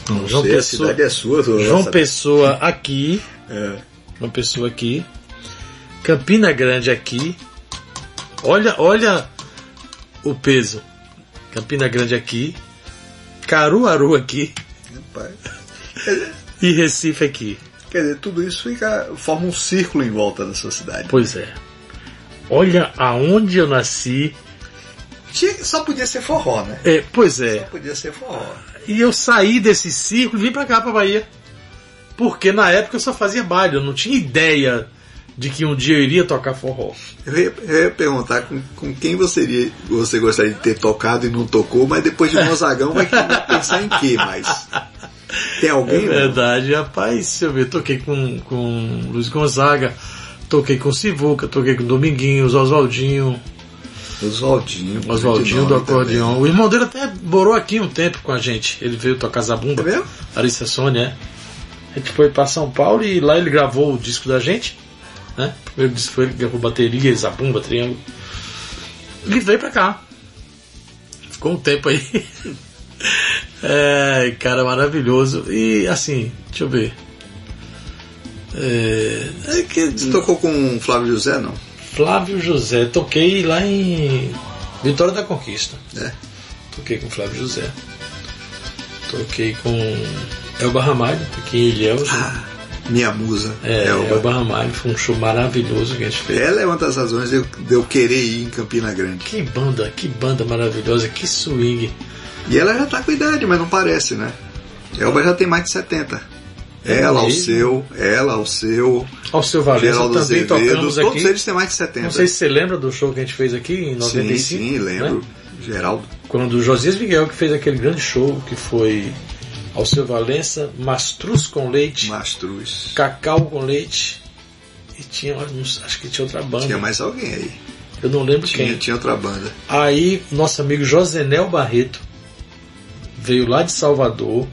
F: Não,
C: Não
F: João
C: sei,
F: Pessoa.
C: a cidade é sua. sua
F: João
C: nossa-
F: Pessoa aqui.
C: É.
F: João Pessoa aqui. Campina Grande aqui. Olha, olha o peso. Campina Grande aqui. Caruaru aqui.
C: Rapaz.
F: E Recife aqui.
C: Quer dizer, tudo isso fica, forma um círculo em volta da sua cidade.
F: Pois é. Olha aonde eu nasci.
C: Tinha- Só podia ser forró, né?
F: É, pois é.
C: Só podia ser forró.
F: E eu saí desse círculo e vim pra cá, pra Bahia. Porque na época eu só fazia baile, eu não tinha ideia de que um dia eu iria tocar forró.
C: Eu ia, eu ia perguntar com, com quem você, iria, você gostaria de ter tocado e não tocou, mas depois de Mozagão vai, vai pensar em quê mais? Tem
F: É
C: alguém?
F: verdade, rapaz, deixa eu ver, toquei com, com Luiz Gonzaga, toquei com Sivuca, toquei com Dominguinhos, Oswaldinho,
C: Oswaldinho.
F: Oswaldinho
C: grande
F: do
C: nome também.
F: acordeão. O irmão dele até morou aqui um tempo com a gente. Ele veio tocar Zabumba.
C: É mesmo?
F: Larissa Sônia, é. A gente foi pra São Paulo e lá ele gravou o disco da gente. Né? O primeiro disco foi ele que gravou bateria, Zabumba, Triângulo. E veio pra cá. Ficou um tempo aí. [LAUGHS] é, cara, maravilhoso. E assim, deixa eu ver. É, é que
C: Você tocou com o Flávio José, não?
F: Flávio José. Toquei lá em Vitória da Conquista.
C: Né?
F: Toquei com Flávio José. Toquei com Elba Ramalho, aqui em Ilhéus. né?
C: Minha musa.
F: é,
C: Ah, Elba.
F: Elba. Ramalho foi um show maravilhoso que a gente fez.
C: Ela é uma das razões de eu, de eu querer ir em Campina Grande.
F: Que banda, que banda maravilhosa, que swing.
C: E ela já tá com idade, mas não parece, né? Elba já tem mais de 70.
F: É
C: Ela, o
F: mesmo?
C: seu, ela, o seu,
F: Ao seu Valença
C: Geraldo
F: também
C: Azevedo,
F: tocamos
C: todos
F: aqui.
C: eles têm mais de 70.
F: Não sei se você lembra do show que a gente fez aqui em
C: Sim,
F: 95.
C: sim, lembro.
F: né?
C: Geraldo.
F: Quando o Josias Miguel que fez aquele grande show que foi ao seu Valença, Mastruz com Leite,
C: Mastruz.
F: Cacau com Leite. E tinha, uns- acho que tinha outra banda.
C: Tinha mais alguém aí.
F: Eu não lembro
C: Tinha,
F: quem.
C: tinha outra banda. [LAUGHS]
F: Aí, nosso amigo Josenel Barreto veio lá de Salvador,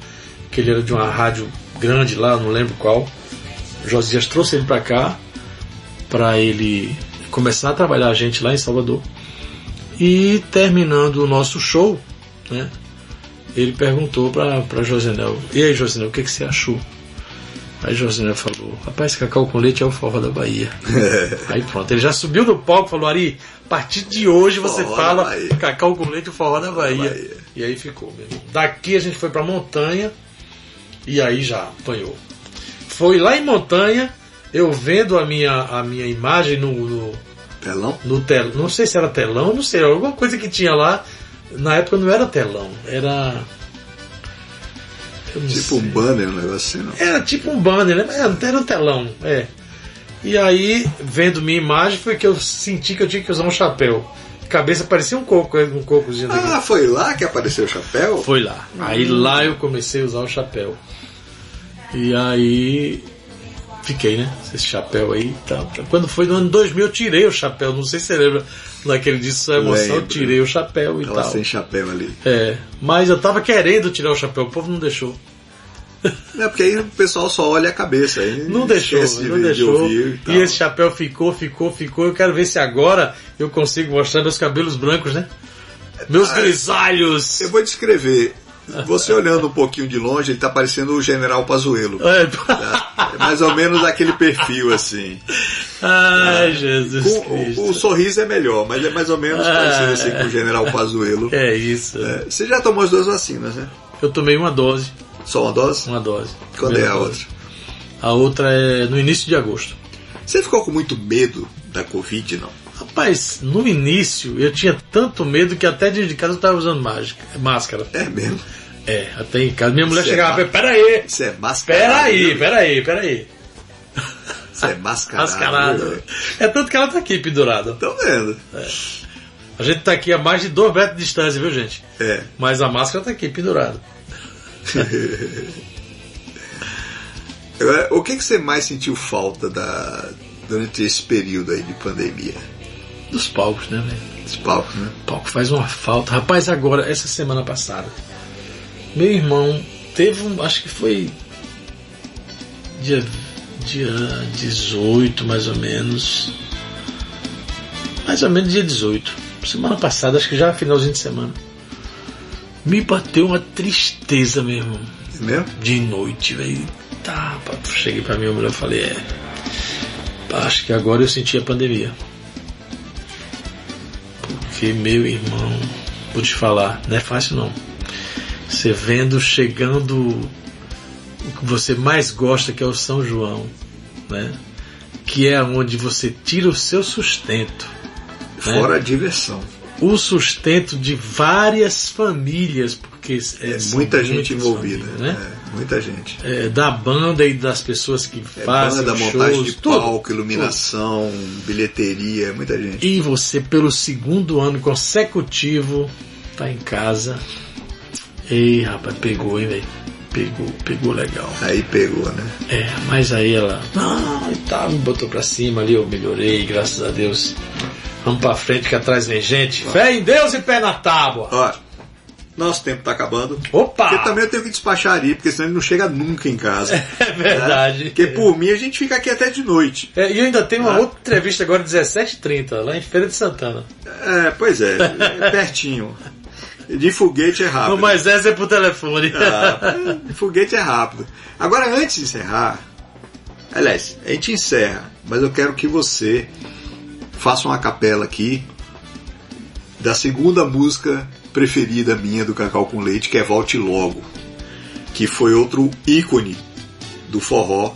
F: que ele era de uma rádio grande lá, não lembro qual. Josias trouxe ele pra cá, pra ele começar a trabalhar a gente lá em Salvador. E terminando o nosso show, né? Ele perguntou pra, pra Josenel: E aí, Josenel, o que, que você achou? Aí Josenel falou: Rapaz, cacau com leite é o forró da Bahia. Aí pronto, ele já subiu no palco e falou: Ari, a partir de hoje você
C: Forró da
F: fala
C: Bahia.
F: cacau com leite, o forró da Bahia.
C: Bahia.
F: E aí ficou, meu irmão. Daqui a gente foi pra montanha e aí já apanhou. Foi lá em montanha, eu vendo a minha, a minha imagem no, no,
C: Pelão?
F: no telão, não sei se era telão, não sei, alguma coisa que tinha lá. Na época não era telão, era. eu não
C: Tipo
F: sei.
C: um banner, um negócio assim, não.
F: Era tipo um banner, né? Mas era- era um telão, é. E aí, vendo minha imagem, foi que eu senti que eu tinha que usar um chapéu. Cabeça parecia um coco, um cocozinho daquele.
C: Ah, Hum. foi lá que apareceu o chapéu?
F: Foi lá. Aí lá eu comecei a usar o chapéu. E aí fiquei, né? Esse chapéu aí. e tal. Quando foi no ano 2000 eu tirei o chapéu. Não sei se você lembra naquele dia só emoção, eu
C: Lembro.
F: tirei o chapéu e
C: Ela
F: tal.
C: sem chapéu ali.
F: É, mas eu tava querendo tirar o chapéu, o povo não deixou.
C: É porque aí o pessoal só olha a cabeça. Aí
F: Não deixou,
C: esquece de
F: não
C: ver, de
F: deixou.
C: ouvir
F: e esse chapéu ficou, ficou, ficou. Eu quero ver se agora eu consigo mostrar meus cabelos brancos, né? Meus
C: Ah,
F: grisalhos.
C: Eu vou descrever. Você olhando um pouquinho de longe, ele tá parecendo o General Pazuello.
F: É.
C: tá? É mais ou menos aquele perfil, assim.
F: Ai, Jesus
C: Ah. Com-
F: Cristo.
C: o, o sorriso é melhor, mas é mais ou menos
F: Ah.
C: parecido assim com o General Pazuello.
F: É isso.
C: É, Você já tomou as duas vacinas, né?
F: Eu tomei uma dose.
C: Só uma dose?
F: Uma dose.
C: Quando é
F: Primeira
C: a outra?
F: dose. A outra é no início de agosto.
C: Você ficou com muito medo da Covid, não?
F: Rapaz, Rapaz, no início eu tinha tanto medo que até dentro de casa eu estava usando mágica, máscara.
C: É mesmo?
F: É, até em casa. Minha mulher
C: Cê
F: chegava
C: tá-
F: e peraí,
C: Você é mascarado.
F: peraí,
C: né?
F: peraí, peraí.
C: Você é mascarado.
F: Mascarada.
C: né?
F: É tanto que ela tá aqui pendurada.
C: Tô vendo.
F: A gente tá aqui a mais de dois metros de distância, viu, gente?
C: É.
F: Mas a máscara tá aqui pendurada.
C: Agora, é, O que, que você mais sentiu falta da... durante esse período aí de pandemia?
F: Dos palcos, né, velho?
C: Dos palcos, né?
F: O palco faz uma falta. Rapaz, agora, essa semana passada, meu irmão teve um. Acho que foi. Dia, dia 18, mais ou menos. Mais ou menos dia 18. Semana passada, acho que já finalzinho de semana. Me bateu uma tristeza, meu irmão.
C: É mesmo?
F: de noite, velho. Tá, pá, cheguei pra minha mulher e falei, é. pá, Acho que agora eu senti a pandemia. Porque, meu irmão, vou te falar, não é fácil não. Você vendo chegando o que você mais gosta, que é o São João, né? Que é onde você tira o seu sustento É.
C: Fora a diversão.
F: o sustento de várias famílias, porque é,
C: É
F: são
C: muita gente
F: muitas
C: envolvida.
F: famílias, né?
C: É, muita gente.
F: É, da banda e das pessoas que
C: É
F: fazem
C: banda,
F: os
C: montagem
F: shows,
C: de
F: tudo,
C: palco, iluminação, bilheteria, muita gente.
F: tudo. E você pelo segundo ano consecutivo tá em casa. Ei, rapaz, pegou, hein, velho? Pegou, pegou legal.
C: Aí pegou, né?
F: É, mas aí ela, não, e tal, me botou pra cima ali, eu melhorei, graças a Deus. Vamos pra frente que atrás vem gente. Fé em Deus e pé na tábua.
C: Ó, nosso tempo tá acabando.
F: Opa!
C: Ah, Porque também eu tenho que despachar ali, porque senão ele não chega nunca em casa.
F: É verdade.
C: Porque por mim a gente fica aqui até de noite.
F: É, e eu ainda tenho uma
C: né? Ah.
F: outra entrevista agora, 17h30, lá em Feira de Santana.
C: É, pois é, é pertinho. De foguete é rápido.
F: Não, mas essa é pro telefone.
C: Ah, é, foguete é rápido. Agora, antes de encerrar, aliás, a gente encerra, mas eu quero que você faça uma capela aqui da segunda música preferida minha do Cacau com Leite, que é Volte Logo, que foi outro ícone do forró.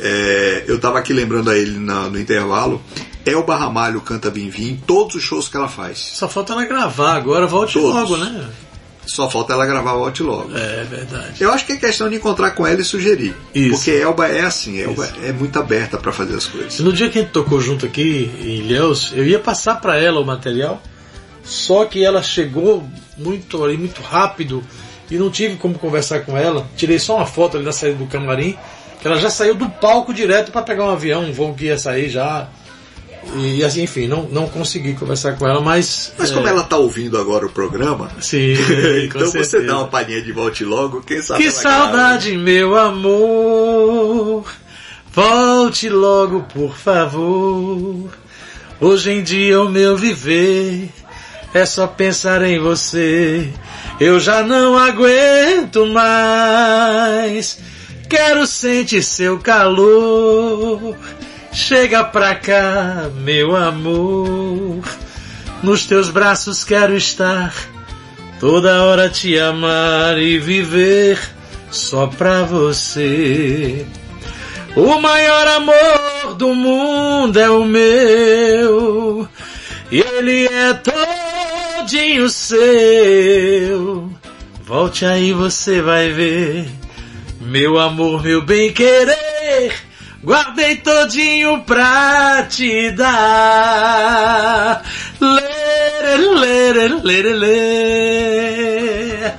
C: É, eu estava aqui lembrando a ele na- no intervalo. Elba Ramalho canta Bem Vim em todos os shows que ela faz.
F: Só falta ela gravar agora, volte
C: Todos.
F: logo, né?
C: Só falta ela gravar Volte Logo.
F: É verdade.
C: Eu acho que é questão de encontrar com ela e sugerir.
F: Isso.
C: Porque Elba é assim, Elba
F: Isso.
C: é muito aberta para fazer as coisas.
F: No dia que a gente tocou junto aqui em Ilhéus, eu ia passar pra ela o material, só que ela chegou muito ali, muito rápido, e não tive como conversar com ela. Tirei só uma foto ali na saída do camarim, que ela já saiu do palco direto pra pegar um avião, um voo que ia sair já. E assim, enfim, não, não consegui conversar com ela, mas.
C: Mas
F: é,
C: como ela tá ouvindo agora o programa,
F: Sim, [LAUGHS] com
C: então você
F: certeza.
C: dá uma palhinha de volte logo, quem sabe. é
F: Que
C: ela grava.
F: saudade, meu amor. Volte logo, por favor. Hoje em dia o meu viver é só pensar em você. Eu já não aguento mais. Quero sentir seu calor. Chega pra cá, meu amor. Nos teus braços quero estar. Toda hora te amar e viver só pra você. O maior amor do mundo é o meu, e ele é todinho seu. Volte aí, você vai ver. Meu amor, meu bem querer, guardei todinho pra te dar. Lere, lere, lere, lere.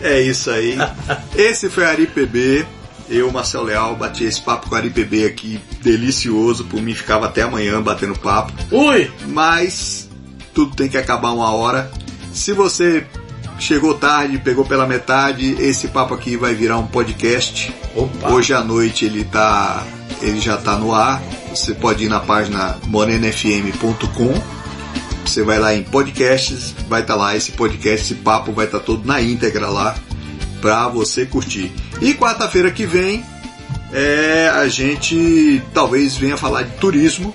C: É isso aí.
F: [LAUGHS]
C: Esse foi Ari PB. Eu, Marcel Leal, bati esse papo com Ari PB aqui, delicioso. Por mim ficava até amanhã batendo papo.
F: Ui,
C: mas tudo tem que acabar uma hora. Se você chegou tarde, pegou pela metade, esse papo aqui vai virar um podcast.
F: Opa.
C: Hoje à noite ele tá, ele já tá no ar. Você pode ir na página morenafm.com. Você vai lá em podcasts, vai estar lá esse podcast, esse papo vai estar todo na íntegra lá pra você curtir. E quarta-feira que vem é, a gente talvez venha falar de turismo.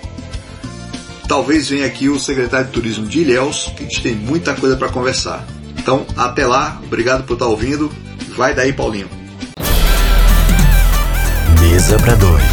C: Talvez venha aqui o secretário de turismo de Ilhéus, que a gente tem muita coisa para conversar. Então, até lá, obrigado tá por estar ouvindo. Vai daí, Paulinho.
H: Mesa para dois.